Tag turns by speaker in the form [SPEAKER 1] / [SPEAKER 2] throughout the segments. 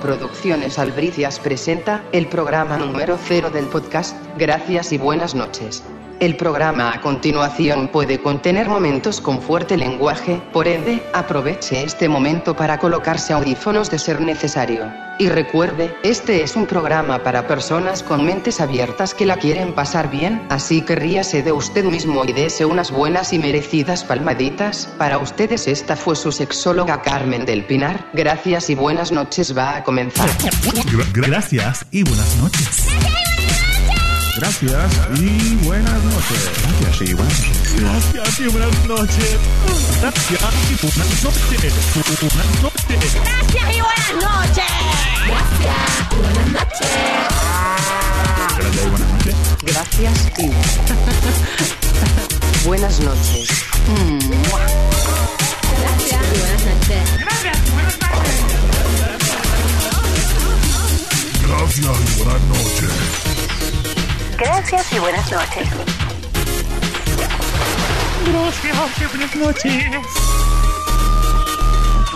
[SPEAKER 1] Producciones Albricias presenta el programa número cero del podcast, Gracias y buenas noches. El programa a continuación puede contener momentos con fuerte lenguaje, por ende, aproveche este momento para colocarse audífonos de ser necesario. Y recuerde, este es un programa para personas con mentes abiertas que la quieren pasar bien, así que ríase de usted mismo y dese unas buenas y merecidas palmaditas. Para ustedes esta fue su sexóloga Carmen del Pinar. Gracias y buenas noches va a comenzar.
[SPEAKER 2] Gra- gracias y buenas noches. Gracias y buenas noches. Gracias y buenas noches. Gracias y buenas noches. Gracias y buenas noches. Buenas noches.
[SPEAKER 3] Gracias y buenas noches. Gracias y buenas noches.
[SPEAKER 2] Gracias y buenas noches.
[SPEAKER 1] Gracias
[SPEAKER 2] Gracias y
[SPEAKER 3] Gracias y buenas noches.
[SPEAKER 1] y buenas noches.
[SPEAKER 2] buenas noches.
[SPEAKER 3] Gracias y buenas noches.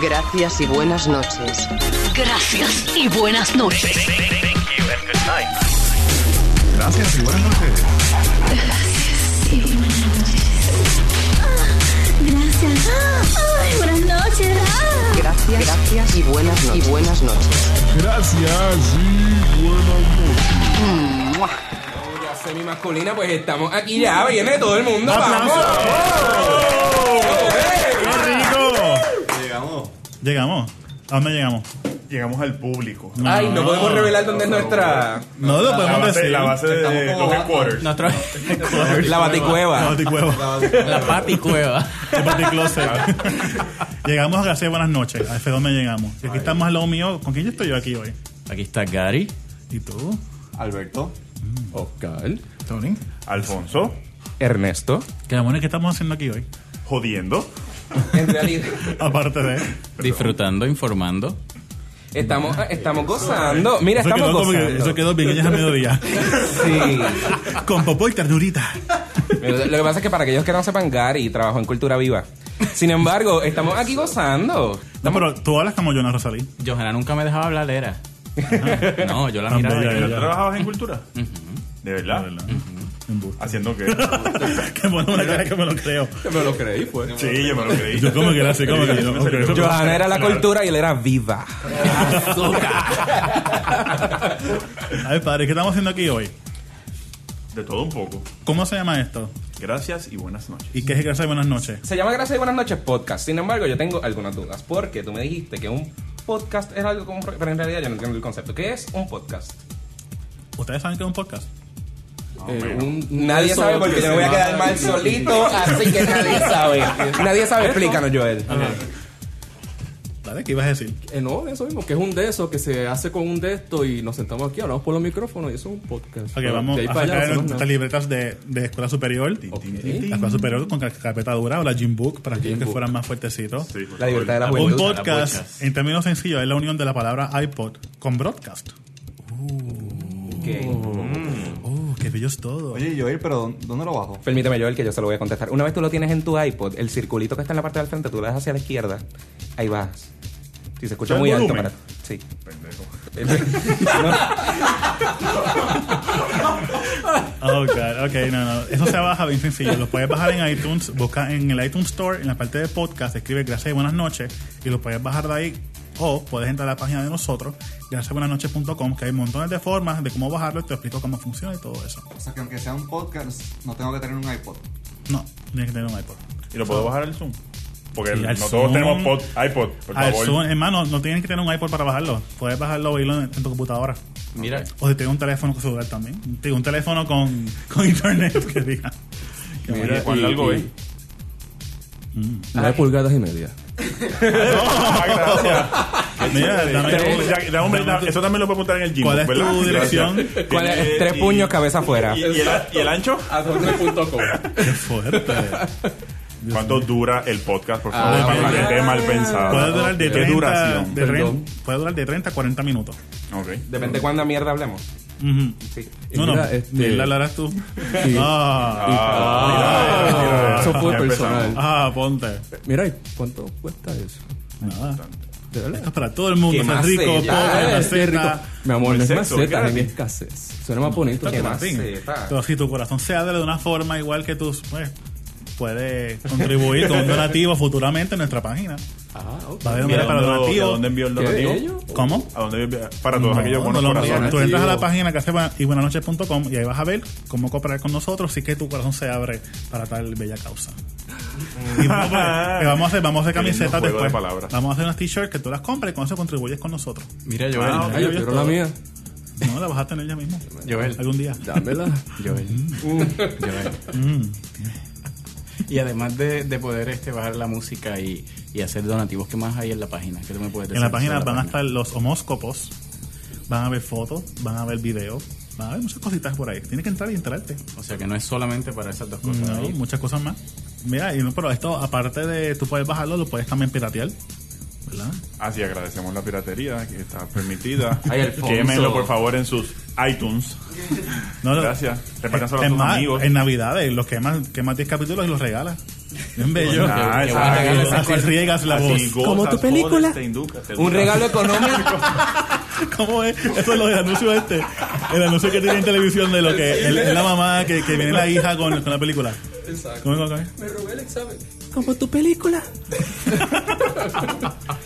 [SPEAKER 1] Gracias y buenas noches.
[SPEAKER 3] Gracias y buenas noches.
[SPEAKER 2] Gracias y buenas noches.
[SPEAKER 3] Gracias. Ay, buenas noches. Ah.
[SPEAKER 1] Gracias, gracias y buenas no- y buenas noches.
[SPEAKER 2] Gracias y buenas noches.
[SPEAKER 4] La semi-masculina, pues estamos aquí ya, viene todo el mundo, vamos. ¡Oh!
[SPEAKER 2] ¡Qué rico! Llegamos. ¿A dónde llegamos?
[SPEAKER 5] Llegamos al público.
[SPEAKER 4] Ay, no podemos revelar dónde es nuestra...
[SPEAKER 2] No lo
[SPEAKER 5] La
[SPEAKER 2] podemos
[SPEAKER 5] base,
[SPEAKER 2] decir.
[SPEAKER 5] la base de los headquarters.
[SPEAKER 6] Nuestro
[SPEAKER 4] La
[SPEAKER 2] La
[SPEAKER 4] baticueva.
[SPEAKER 2] baticueva.
[SPEAKER 6] la paticueva.
[SPEAKER 2] El baticloset. llegamos a gracias y buenas noches. A F2 me llegamos. Y aquí estamos al lado mío. ¿Con quién yo estoy yo aquí hoy?
[SPEAKER 6] Aquí está Gary.
[SPEAKER 2] ¿Y tú?
[SPEAKER 5] Alberto.
[SPEAKER 4] Oscar.
[SPEAKER 2] Tony.
[SPEAKER 5] Alfonso.
[SPEAKER 4] Ernesto.
[SPEAKER 2] Que lo bueno es que estamos haciendo aquí hoy.
[SPEAKER 5] Jodiendo.
[SPEAKER 4] En realidad,
[SPEAKER 2] Aparte de.
[SPEAKER 6] Disfrutando, informando.
[SPEAKER 4] estamos, estamos gozando. Mira,
[SPEAKER 2] Eso
[SPEAKER 4] estamos
[SPEAKER 2] quedó, como que- eso
[SPEAKER 4] gozando.
[SPEAKER 2] quedó bien ellas a mediodía.
[SPEAKER 4] Sí.
[SPEAKER 2] Con popó y ternurita.
[SPEAKER 4] Mira, Lo que pasa es que para aquellos que no sepan, Gary trabajó en Cultura Viva. Sin embargo, estamos aquí gozando.
[SPEAKER 2] No, pero tú hablas como Jonah Rosalí.
[SPEAKER 6] Johanna nunca me dejaba hablar, era. No, yo la
[SPEAKER 2] Tan
[SPEAKER 6] miraba.
[SPEAKER 2] bella
[SPEAKER 6] y-
[SPEAKER 5] ¿Pero
[SPEAKER 2] ya.
[SPEAKER 5] trabajabas en cultura? ¿De verdad? ¿Haciendo qué?
[SPEAKER 2] que pone una cara que me lo creo.
[SPEAKER 4] Me lo creí, pues.
[SPEAKER 5] sí, yo me lo creí.
[SPEAKER 2] Yo como que era así, como que yo. ok, eso-
[SPEAKER 4] Johanna era la cultura y él era viva.
[SPEAKER 2] Ay, padre, ¿qué estamos haciendo aquí hoy?
[SPEAKER 5] De todo un poco.
[SPEAKER 2] ¿Cómo se llama esto?
[SPEAKER 5] Gracias y buenas noches.
[SPEAKER 2] ¿Y qué es Gracias y buenas noches?
[SPEAKER 4] Se llama Gracias y Buenas Noches Podcast. Sin embargo, yo tengo algunas dudas. Porque tú me dijiste que un podcast es algo como. Pero en realidad yo no entiendo el concepto. ¿Qué es un podcast?
[SPEAKER 2] ¿Ustedes saben qué es un podcast?
[SPEAKER 5] Ah,
[SPEAKER 4] Eh, un- nadie sabe porque yo me voy a quedar mal solito. Así que nadie sabe. nadie sabe. Explícanos, Joel.
[SPEAKER 5] Ah,
[SPEAKER 2] Dale, ¿qué ibas a decir?
[SPEAKER 7] Eh, no, eso mismo, que es un de esos que se hace con un de esto y nos sentamos aquí, hablamos por los micrófonos y eso es un podcast.
[SPEAKER 2] Ok,
[SPEAKER 7] Pero
[SPEAKER 2] vamos
[SPEAKER 7] de ahí
[SPEAKER 2] a
[SPEAKER 7] para allá,
[SPEAKER 2] sacar
[SPEAKER 7] eso no es
[SPEAKER 2] nuestras
[SPEAKER 7] nada.
[SPEAKER 2] libretas de, de escuela superior. La escuela superior con ca- carpeta dura o la gym book para aquellos que fueran más fuertecitos.
[SPEAKER 5] Sí, por
[SPEAKER 4] La libertad de la
[SPEAKER 2] Un
[SPEAKER 4] juventud.
[SPEAKER 2] podcast, en términos sencillos, es la unión de la palabra iPod con broadcast.
[SPEAKER 4] Ok.
[SPEAKER 2] Oh, qué bello es todo.
[SPEAKER 8] Oye, Joel, pero ¿dó- ¿dónde lo bajo?
[SPEAKER 4] Permíteme, Joel, que yo se lo voy a contestar. Una vez tú lo tienes en tu iPod, el circulito que está en la parte del frente, tú lo das hacia la izquierda. Ahí vas. Si se escucha
[SPEAKER 5] ¿El
[SPEAKER 4] muy alto
[SPEAKER 5] volumen?
[SPEAKER 4] para. Sí.
[SPEAKER 5] pendejo.
[SPEAKER 2] Oh, God. Ok, no, no. Eso se baja bien sencillo. Lo puedes bajar en iTunes, busca en el iTunes Store, en la parte de podcast, escribe Gracias y Buenas noches y lo puedes bajar de ahí. O puedes entrar a la página de nosotros, graciasbuenasnoches.com, que hay montones de formas de cómo bajarlo y te explico cómo funciona y todo eso.
[SPEAKER 8] O sea, que aunque sea un podcast, no tengo que tener un iPod.
[SPEAKER 2] No, tienes que tener un iPod.
[SPEAKER 5] ¿Y lo puedo bajar al Zoom? Porque
[SPEAKER 2] Ah. Sí,
[SPEAKER 5] no
[SPEAKER 2] al Zoom.
[SPEAKER 5] todos tenemos pod- iPod, por
[SPEAKER 2] Ah, el
[SPEAKER 5] favor.
[SPEAKER 2] Zoom, hermano, no tienes que tener un iPod para bajarlo. Puedes bajarlo o oírlo en, en tu computadora.
[SPEAKER 6] Mira,
[SPEAKER 2] O si tienes un teléfono con celular también. Tengo un teléfono con, con internet que diga. Qué
[SPEAKER 5] Mira, ¿cuán largo
[SPEAKER 2] ¿eh?
[SPEAKER 5] es?
[SPEAKER 7] Nueve pulgadas y media.
[SPEAKER 5] Ah, gracias.
[SPEAKER 2] Mira, dame-
[SPEAKER 5] Tenemos- ya- ya, hombre,
[SPEAKER 2] dame tu-
[SPEAKER 5] eso también lo puedo apuntar en el gym.
[SPEAKER 2] ¿Cuál es
[SPEAKER 5] ¿verdad?
[SPEAKER 2] tu
[SPEAKER 5] Gracias.
[SPEAKER 2] dirección?
[SPEAKER 4] ¿Cuál es?
[SPEAKER 5] Tiene-
[SPEAKER 4] Tres
[SPEAKER 5] Eh, y-
[SPEAKER 4] puños, cabeza afuera.
[SPEAKER 5] ¿Y, y el, y el ancho?
[SPEAKER 2] Qué fuerte.
[SPEAKER 5] ¿Cuánto dura el podcast, por favor?
[SPEAKER 2] Ah,
[SPEAKER 5] Para que
[SPEAKER 2] vale.
[SPEAKER 5] esté mal pensado.
[SPEAKER 2] Puede durar de
[SPEAKER 5] Ah, ¿Qué
[SPEAKER 2] 30,
[SPEAKER 5] duración?
[SPEAKER 2] de
[SPEAKER 7] Perdón.
[SPEAKER 2] 30 puede durar de 30 a 40 minutos.
[SPEAKER 5] Ok.
[SPEAKER 4] Depende de cuándo mierda hablemos.
[SPEAKER 2] Ujú.
[SPEAKER 4] Sí.
[SPEAKER 7] Y
[SPEAKER 2] No, no.
[SPEAKER 7] mira, este-
[SPEAKER 2] La hablarás tú.
[SPEAKER 7] Sí.
[SPEAKER 2] Ah,
[SPEAKER 5] Ah, mira, mira, mira.
[SPEAKER 7] Eso fue
[SPEAKER 5] Ya empezamos.
[SPEAKER 7] personal.
[SPEAKER 2] ah, ponte.
[SPEAKER 7] Mira, ¿y ¿cuánto cuesta eso?
[SPEAKER 2] Nada.
[SPEAKER 7] De
[SPEAKER 2] Esto
[SPEAKER 7] verdad.
[SPEAKER 2] es para todo el mundo.
[SPEAKER 4] Qué
[SPEAKER 2] San
[SPEAKER 4] más
[SPEAKER 2] Rico,
[SPEAKER 4] sella.
[SPEAKER 2] pobre,
[SPEAKER 9] Ah,
[SPEAKER 4] Ay,
[SPEAKER 2] Ah, la
[SPEAKER 4] qué
[SPEAKER 2] cena.
[SPEAKER 7] Mi amor,
[SPEAKER 5] El
[SPEAKER 7] no es
[SPEAKER 5] sexo,
[SPEAKER 7] maceta
[SPEAKER 5] claro.
[SPEAKER 7] ni escasez. Suena más bonito.
[SPEAKER 4] Pues qué
[SPEAKER 7] que
[SPEAKER 4] más
[SPEAKER 2] Martín.
[SPEAKER 4] seta.
[SPEAKER 2] Pero si tu corazón se abre de una forma igual que tú, pues, puedes contribuir con un donativo futuramente en nuestra página.
[SPEAKER 7] Ah, ok.
[SPEAKER 2] Va a haber un
[SPEAKER 5] Mira,
[SPEAKER 2] área para
[SPEAKER 5] ¿dónde- ¿A
[SPEAKER 2] donativo.
[SPEAKER 5] dónde envió el
[SPEAKER 7] ¿Qué
[SPEAKER 5] donativo?
[SPEAKER 7] bello?
[SPEAKER 2] ¿Cómo?
[SPEAKER 5] ¿A dónde envió? Para todos
[SPEAKER 2] No,
[SPEAKER 5] aquellos buenos
[SPEAKER 2] no lo envían.
[SPEAKER 5] corazones.
[SPEAKER 2] Tú entras a la página que hace y buenanoches.com y ahí vas a ver cómo cooperar con nosotros si es que tu corazón se abre para tal bella causa. Y bueno, pues, ¿qué vamos a hacer, vamos a hacer
[SPEAKER 5] Ah. Qué lindo
[SPEAKER 2] camisetas
[SPEAKER 5] juego de
[SPEAKER 2] después.
[SPEAKER 5] palabras.
[SPEAKER 2] Vamos a hacer unas t-shirts que tú las compras y con eso contribuyes con nosotros.
[SPEAKER 6] Mira, Joel.
[SPEAKER 5] Ah,
[SPEAKER 7] Ay, yo quiero la mía.
[SPEAKER 2] No, la vas a tener ya mismo.
[SPEAKER 6] Joel.
[SPEAKER 2] Algún día. Mm.
[SPEAKER 7] Dámela.
[SPEAKER 6] Joel. Joel. Y además de, de poder este, bajar la música y, y hacer donativos, ¿qué más hay en la página? ¿Qué tú me puedes decir
[SPEAKER 2] En la página
[SPEAKER 6] sobre
[SPEAKER 2] van a estar los homóscopos, van a ver fotos, van a ver videos, van a ver muchas cositas por ahí. Tienes que entrar y entrarte.
[SPEAKER 6] O sea que no es solamente para esas dos cosas.
[SPEAKER 2] No,
[SPEAKER 6] ahí.
[SPEAKER 2] muchas cosas más. Mira, y no, pero esto, aparte de tú puedes bajarlo, lo puedes también piratear. ¿Verdad?
[SPEAKER 5] Así agradecemos la piratería que está permitida.
[SPEAKER 4] Ay, Alfonso.
[SPEAKER 5] Quémenlo, por favor, en sus iTunes.
[SPEAKER 2] No, no.
[SPEAKER 5] Gracias. Repártanselo a
[SPEAKER 2] Es
[SPEAKER 5] tus
[SPEAKER 2] más,
[SPEAKER 5] amigos.
[SPEAKER 2] en Navidades, los quemas, quemas 10 capítulos y los regalas. Bien bello.
[SPEAKER 5] Ah,
[SPEAKER 6] que van a regalar esas
[SPEAKER 2] Así
[SPEAKER 6] cosas.
[SPEAKER 2] riegas la voz.
[SPEAKER 5] Como tu película.
[SPEAKER 4] Un regalo económico.
[SPEAKER 2] ¿Cómo es? Eso es lo del anuncio este. El anuncio que tiene en televisión de lo que el- es la mamá que, que viene la hija con, con la película.
[SPEAKER 7] Exacto.
[SPEAKER 2] ¿Cómo, cómo, cómo?
[SPEAKER 7] Me robé el examen.
[SPEAKER 3] Como tu película.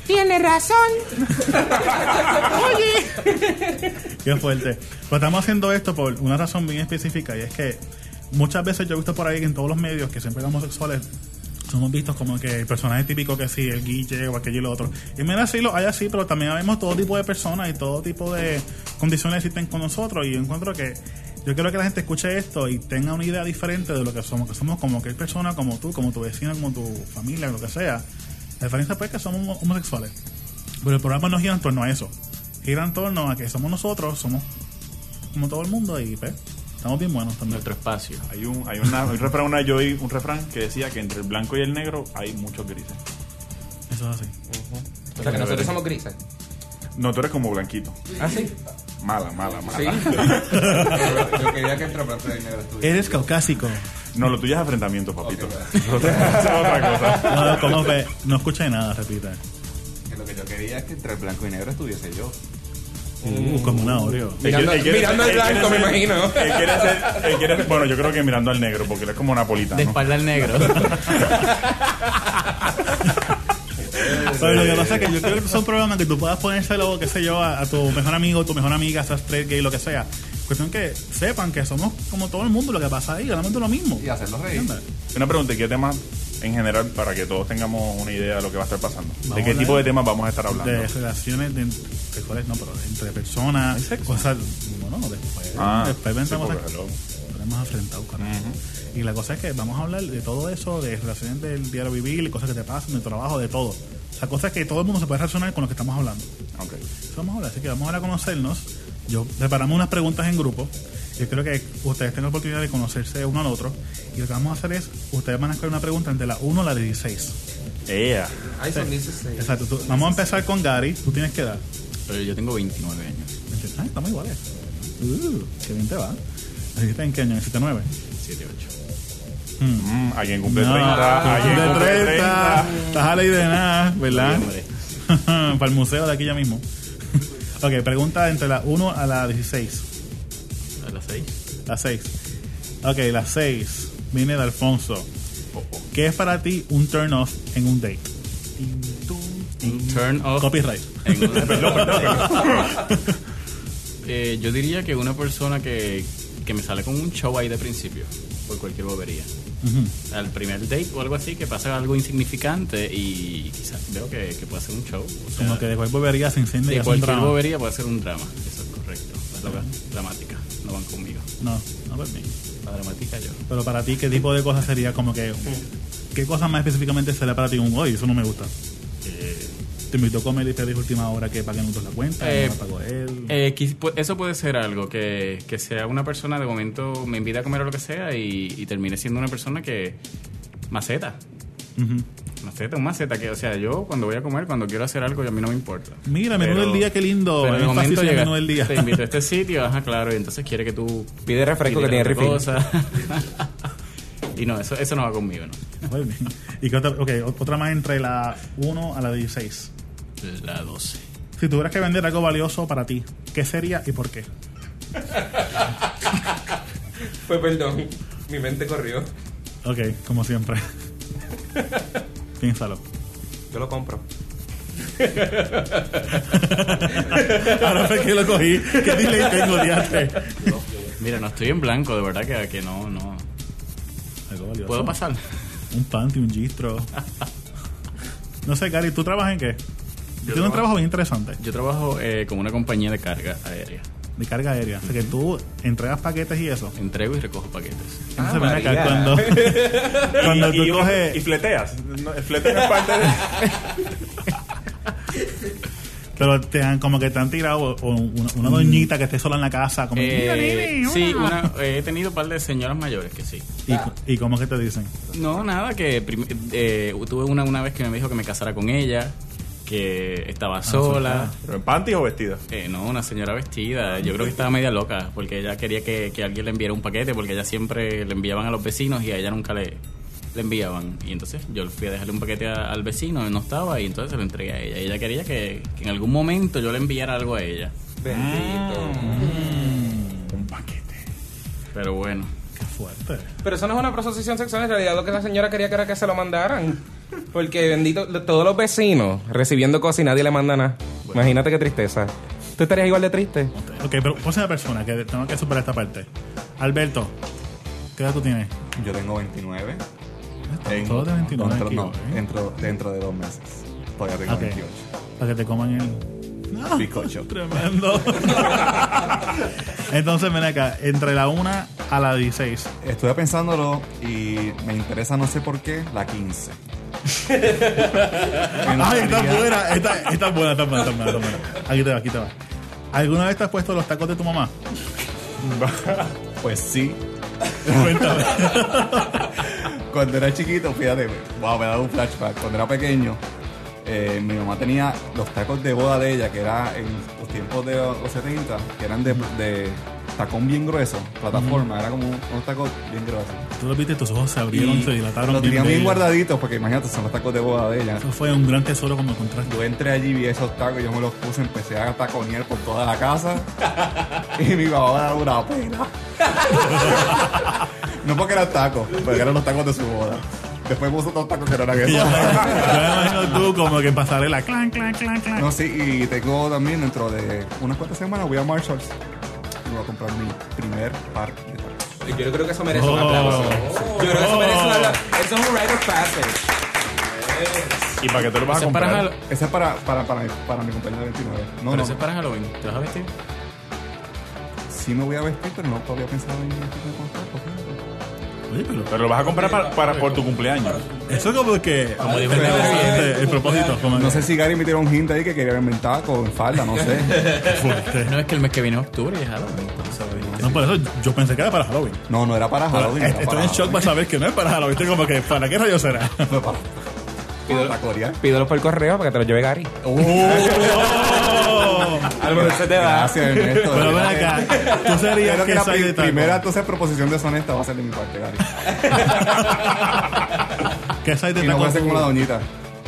[SPEAKER 3] Tiene razón. Oye.
[SPEAKER 2] Qué fuerte. Pero estamos haciendo esto por una razón bien específica y es que muchas veces yo he visto por ahí que en todos los medios que siempre los homosexuales somos vistos como que el personaje típico que sí, el guille o aquello y lo otro. Y mira, sí, lo hay así, pero también vemos todo tipo de personas y todo tipo de condiciones existen con nosotros y yo encuentro que yo quiero que la gente escuche esto y tenga una idea diferente de lo que somos, que somos como que persona como tú, como tu vecina, como tu familia, lo que sea. La diferencia pues es que somos homo- homosexuales. Pero el programa no gira en torno a eso. Gira en torno a que somos nosotros, somos como todo el mundo y pues, estamos bien buenos también.
[SPEAKER 6] Nuestro espacio.
[SPEAKER 5] Hay un, hay una, un refrán, una, yo oí un refrán que decía que entre el blanco y el negro hay muchos grises.
[SPEAKER 2] Eso es así.
[SPEAKER 4] O sea que nosotros somos grises.
[SPEAKER 5] No, tú eres como blanquito.
[SPEAKER 4] Ah, sí.
[SPEAKER 5] Mala, mala, mala.
[SPEAKER 4] Sí.
[SPEAKER 8] Yo, yo quería que entrara para hacer el negro estudio.
[SPEAKER 2] Eres caucásico.
[SPEAKER 5] No, lo tuyo es afrentamiento, papito. Eso es otra cosa.
[SPEAKER 2] No, no, ¿cómo fue? No escuché nada, repita.
[SPEAKER 8] Que lo que yo quería es que entre el blanco y negro estuviese yo.
[SPEAKER 2] Uh, como una Oreo.
[SPEAKER 4] Mirando-
[SPEAKER 5] Él quiere- él
[SPEAKER 4] mirando al
[SPEAKER 5] quiere
[SPEAKER 4] blanco,
[SPEAKER 5] ser-
[SPEAKER 4] me imagino.
[SPEAKER 5] Él quiere ser- él quiere ser- bueno, yo creo que mirando al negro, porque él es como
[SPEAKER 6] De
[SPEAKER 5] napolitano.
[SPEAKER 6] espalda al negro.
[SPEAKER 8] Ah,
[SPEAKER 2] Pero lo que pasa es que yo creo que son programas que tú puedas ponérselo, qué sé yo, a, a tu mejor amigo, tu mejor amiga, seas straight, gay, lo que sea. Cuestión que sepan que somos como todo el mundo, lo que pasa ahí, realmente lo mismo.
[SPEAKER 8] Y hacerlo reír.
[SPEAKER 2] ¿Entiendes?
[SPEAKER 5] Una pregunta, ¿y ¿qué temas en general para que todos tengamos una idea de lo que va a estar pasando?
[SPEAKER 2] Vamos
[SPEAKER 5] ¿De
[SPEAKER 2] a
[SPEAKER 5] qué
[SPEAKER 2] hablar
[SPEAKER 5] tipo de temas vamos a estar hablando?
[SPEAKER 2] de relaciones de, de cuáles no, pero entre personas, cosas, no, no, después,
[SPEAKER 5] Ah,
[SPEAKER 2] después
[SPEAKER 5] sí,
[SPEAKER 2] pensamos
[SPEAKER 5] porque
[SPEAKER 2] en-
[SPEAKER 5] luego-
[SPEAKER 2] estaremos enfrentados con eso. Y la cosa es que vamos a hablar de todo eso, de relaciones del diario vivir, cosas que te pasan, de trabajo, de todo. La cosa es que todo el mundo se puede relacionar con lo que estamos hablando.
[SPEAKER 5] Ok.
[SPEAKER 2] Eso vamos a hablar, así que vamos ahora a conocernos. Yo preparamos unas preguntas en grupo. Yo creo que ustedes tengan la oportunidad de conocerse uno al otro. Y lo que vamos a hacer es, ustedes van a escoger una pregunta entre la 1 a la 16.
[SPEAKER 5] Ea.
[SPEAKER 4] Ay, son 16.
[SPEAKER 2] Exacto. tú- vamos a empezar con Gary. Tú tienes que dar.
[SPEAKER 6] Pero yo tengo 29 años.
[SPEAKER 2] Ah, estamos iguales. Uh, qué bien te va. Así está en qué año, en 79.
[SPEAKER 6] 7, 8.
[SPEAKER 5] Mm, alguien cumple
[SPEAKER 2] No,
[SPEAKER 5] 30.
[SPEAKER 2] tú
[SPEAKER 5] Alguien
[SPEAKER 2] de
[SPEAKER 5] cumple
[SPEAKER 2] 30.
[SPEAKER 5] 30.
[SPEAKER 2] Estás a la idea de nada, ¿verdad?
[SPEAKER 6] Hombre.
[SPEAKER 2] Para el museo de aquí ya mismo. ok, pregunta entre la 1 a la 16.
[SPEAKER 6] A las 6.
[SPEAKER 2] La 6. Ok, la 6. Viene de Alfonso. ¿Qué es para ti un turn off en un date?
[SPEAKER 6] Turn off.
[SPEAKER 2] Copyright.
[SPEAKER 6] En una- Eh, yo diría que una persona que, que me sale con un show ahí de principio, por cualquier bobería. Al primer date o algo así, que pasa algo insignificante y quizás veo que, que puede ser un show. o sea,
[SPEAKER 2] Como que después volvería, se enciende y
[SPEAKER 6] Eh. de
[SPEAKER 2] hace un
[SPEAKER 6] cualquier
[SPEAKER 2] drama.
[SPEAKER 6] bobería puede ser un drama. Eso es correcto. Las drogas dramáticas no van conmigo.
[SPEAKER 2] No, no pues, permite.
[SPEAKER 6] La dramática yo.
[SPEAKER 2] Pero para ti, ¿qué tipo de cosas sería como que... ¿Qué cosa más específicamente sería para ti un hoy? Eso no me gusta. Eh, Te invitó a comer y te dijo última hora que para que nosotros la cuenta,
[SPEAKER 6] Eh,
[SPEAKER 2] no la pagó él.
[SPEAKER 6] Eh, quiz- pu- eso puede ser algo, que, que sea una persona de momento me invita a comer o lo que sea y, y termine siendo una persona que maceta.
[SPEAKER 2] Ujú.
[SPEAKER 6] Maceta, un maceta que, o sea, yo cuando voy a comer, cuando quiero hacer algo, yo a mí no me importa.
[SPEAKER 2] Mira, menú
[SPEAKER 6] Pero-
[SPEAKER 2] del día, qué lindo.
[SPEAKER 6] Pero de
[SPEAKER 2] Énfasis
[SPEAKER 6] momento
[SPEAKER 2] en
[SPEAKER 6] llega,
[SPEAKER 2] menú del día.
[SPEAKER 6] te invito a este sitio, ajá, claro, y entonces quiere que tú
[SPEAKER 4] Pide refresco que
[SPEAKER 6] pidieras
[SPEAKER 4] tiene
[SPEAKER 6] otra
[SPEAKER 4] refil.
[SPEAKER 6] cosa. y no, eso, eso no va conmigo, ¿no?
[SPEAKER 2] Muy bien. ¿Y qué otra, ok, otra más entre la 1 a la 16.
[SPEAKER 6] La 12.
[SPEAKER 2] Si tuvieras que vender algo valioso para ti, ¿qué sería y por qué?
[SPEAKER 4] Pues perdón, mi mente corrió.
[SPEAKER 2] Ok, como siempre. Piénsalo.
[SPEAKER 4] Yo lo compro.
[SPEAKER 2] Ahora fue que lo cogí. ¿Qué delay tengo, diante?
[SPEAKER 6] Mira, no estoy en blanco, de verdad que, que no, no.
[SPEAKER 2] Algo valioso.
[SPEAKER 6] ¿Puedo pasar?
[SPEAKER 2] Un panty, un gistro. No sé, Cari, ¿tú trabajas en qué? Yo tengo un trabajo bien interesante
[SPEAKER 6] Yo trabajo eh, con una compañía de carga aérea.
[SPEAKER 2] de carga aérea. O sea que tú entregas paquetes y eso.
[SPEAKER 6] Entrego y recojo paquetes.
[SPEAKER 2] Entonces, ven acá,
[SPEAKER 4] María.
[SPEAKER 2] cuando, cuando tú coges.
[SPEAKER 5] Y fleteas. No, el flete no es parte de.
[SPEAKER 2] Pero te han, como que te han tirado o- o una, una doñita que esté sola en la casa. Como, "Mira,
[SPEAKER 6] Eh,
[SPEAKER 2] nene,
[SPEAKER 6] sí,
[SPEAKER 2] hola".
[SPEAKER 6] una- eh, he tenido un par de señoras mayores que sí.
[SPEAKER 2] ¿Y, co- ¿Y cómo es que te dicen?
[SPEAKER 6] No, nada, que prim- eh, tuve una una vez que me dijo que me casara con ella, que
[SPEAKER 2] Ah,
[SPEAKER 6] estaba sola.
[SPEAKER 5] ¿Pero en panties o vestidas?
[SPEAKER 6] Eh, no, una señora vestida. Yo creo que estaba media loca, porque ella quería que, que alguien le enviara un paquete, porque ella siempre le enviaban a los vecinos y a ella nunca le, le enviaban. Y entonces yo fui a dejarle un paquete a- al vecino, él no estaba, y entonces se lo entregué a ella. Y Ella quería que, que en algún momento yo le enviara algo a ella.
[SPEAKER 4] Bendito.
[SPEAKER 5] Un paquete.
[SPEAKER 6] Pero bueno,
[SPEAKER 2] Qué fuerte.
[SPEAKER 4] Pero eso no es una proposición sexual, en realidad lo que la señora quería que era que se lo mandaran. Porque bendito, lo- todos los vecinos recibiendo cosas y nadie le manda nada. Imagínate qué tristeza. ¿Tú estarías igual de triste?
[SPEAKER 2] Ok, pero próxima persona que tengo que superar esta parte. Alberto, ¿qué edad tú tienes?
[SPEAKER 8] Yo tengo 29.
[SPEAKER 2] todos Ah, de 29
[SPEAKER 8] dentro,
[SPEAKER 2] aquí,
[SPEAKER 8] no,
[SPEAKER 2] ¿eh?
[SPEAKER 8] dentro, dentro de dos meses. Todavía tengo
[SPEAKER 2] Ok.
[SPEAKER 8] 28.
[SPEAKER 2] Para que te coman el. No,
[SPEAKER 8] Bizcocho.
[SPEAKER 2] Tremendo. Entonces, ven acá, entre la 1 a la 16.
[SPEAKER 8] Estuve pensándolo y me interesa, no sé por qué, la 15.
[SPEAKER 2] Ay, Ah, está buena, está, está buena, está buena, está buena, está buena. Aquí te va, aquí te va. ¿Alguna vez te has puesto los tacos de tu mamá?
[SPEAKER 8] Pues sí.
[SPEAKER 2] Cuéntame.
[SPEAKER 8] Cuando era chiquito, fíjate, wow, me ha dado un flashback. Cuando era pequeño, eh, mi mamá tenía los tacos de boda de ella, que era en los tiempos de los 70, que eran de, de tacón bien grueso, plataforma, era como unos tacos bien gruesos.
[SPEAKER 2] Tú lo viste, tus ojos se abrieron, se dilataron.
[SPEAKER 8] los tenía bien
[SPEAKER 2] bello.
[SPEAKER 8] guardaditos, porque imagínate, son los tacos de boda de ella.
[SPEAKER 2] Eso fue un gran tesoro cuando encontraste.
[SPEAKER 8] Yo entré allí, vi esos tacos, yo me los puse, empecé a taconear por toda la casa. y mi papá me daba una pena. no porque eran tacos, porque eran los tacos de su boda. Después puso otros tacos que no eran
[SPEAKER 2] Y Yo, yo
[SPEAKER 8] esos.
[SPEAKER 2] me imagino tú como que pasaré la clan, clan, clan, clan.
[SPEAKER 8] no, sí, y tengo también dentro de unas cuantas semanas voy a Marshalls y voy a comprar mi primer par de tacos.
[SPEAKER 4] Yo creo que eso merece un
[SPEAKER 2] Oh.
[SPEAKER 4] aplauso. Yo creo que eso merece un aplauso. Eso es un rite of passage.
[SPEAKER 5] ¿Y para qué te lo vas a
[SPEAKER 6] Ese es para
[SPEAKER 5] comprar?
[SPEAKER 6] Hall-
[SPEAKER 8] Ese es para, para, para, mi, para mi compañero de 29. No,
[SPEAKER 6] pero
[SPEAKER 8] no,
[SPEAKER 6] ese es para Halloween. ¿Te vas a vestir?
[SPEAKER 8] sí me voy a vestir, pero no había pensado en vestirme con tacos. fíjate.
[SPEAKER 2] Oye, pero
[SPEAKER 5] Pues, Pero lo vas a comprar para, para- por tu cumpleaños.
[SPEAKER 2] eso como que... Como
[SPEAKER 8] dijo el
[SPEAKER 2] el, el propósito. Como
[SPEAKER 8] No sé si Gary me tiró un hint ahí que quería verme en taco, en falda, no sé.
[SPEAKER 2] fuerte.
[SPEAKER 6] No, es que el mes que viene es octubre y es Halloween. entonces,
[SPEAKER 2] No, por eso yo pensé que era para Halloween.
[SPEAKER 8] No, no era para Halloween. era
[SPEAKER 2] eh, Estoy
[SPEAKER 8] para
[SPEAKER 2] en shock para saber que no es para Halloween. Estoy como que, ¿para qué rayo será?
[SPEAKER 8] Fue para, para la Corea.
[SPEAKER 4] Pídelo por correo para que te lo lleve Gary.
[SPEAKER 2] Oh.
[SPEAKER 4] Algo se te da.
[SPEAKER 8] Gracias, Ernesto.
[SPEAKER 2] Pero ven acá, tú serías
[SPEAKER 8] Creo que
[SPEAKER 2] que
[SPEAKER 8] la
[SPEAKER 2] soy
[SPEAKER 8] pri-
[SPEAKER 2] de taco.
[SPEAKER 8] primera entonces proposición deshonesta va a ser de mi parte, Gary.
[SPEAKER 2] ¿Qué side de
[SPEAKER 8] Y no
[SPEAKER 2] taco
[SPEAKER 8] voy a ser
[SPEAKER 2] tú?
[SPEAKER 8] como la doñita,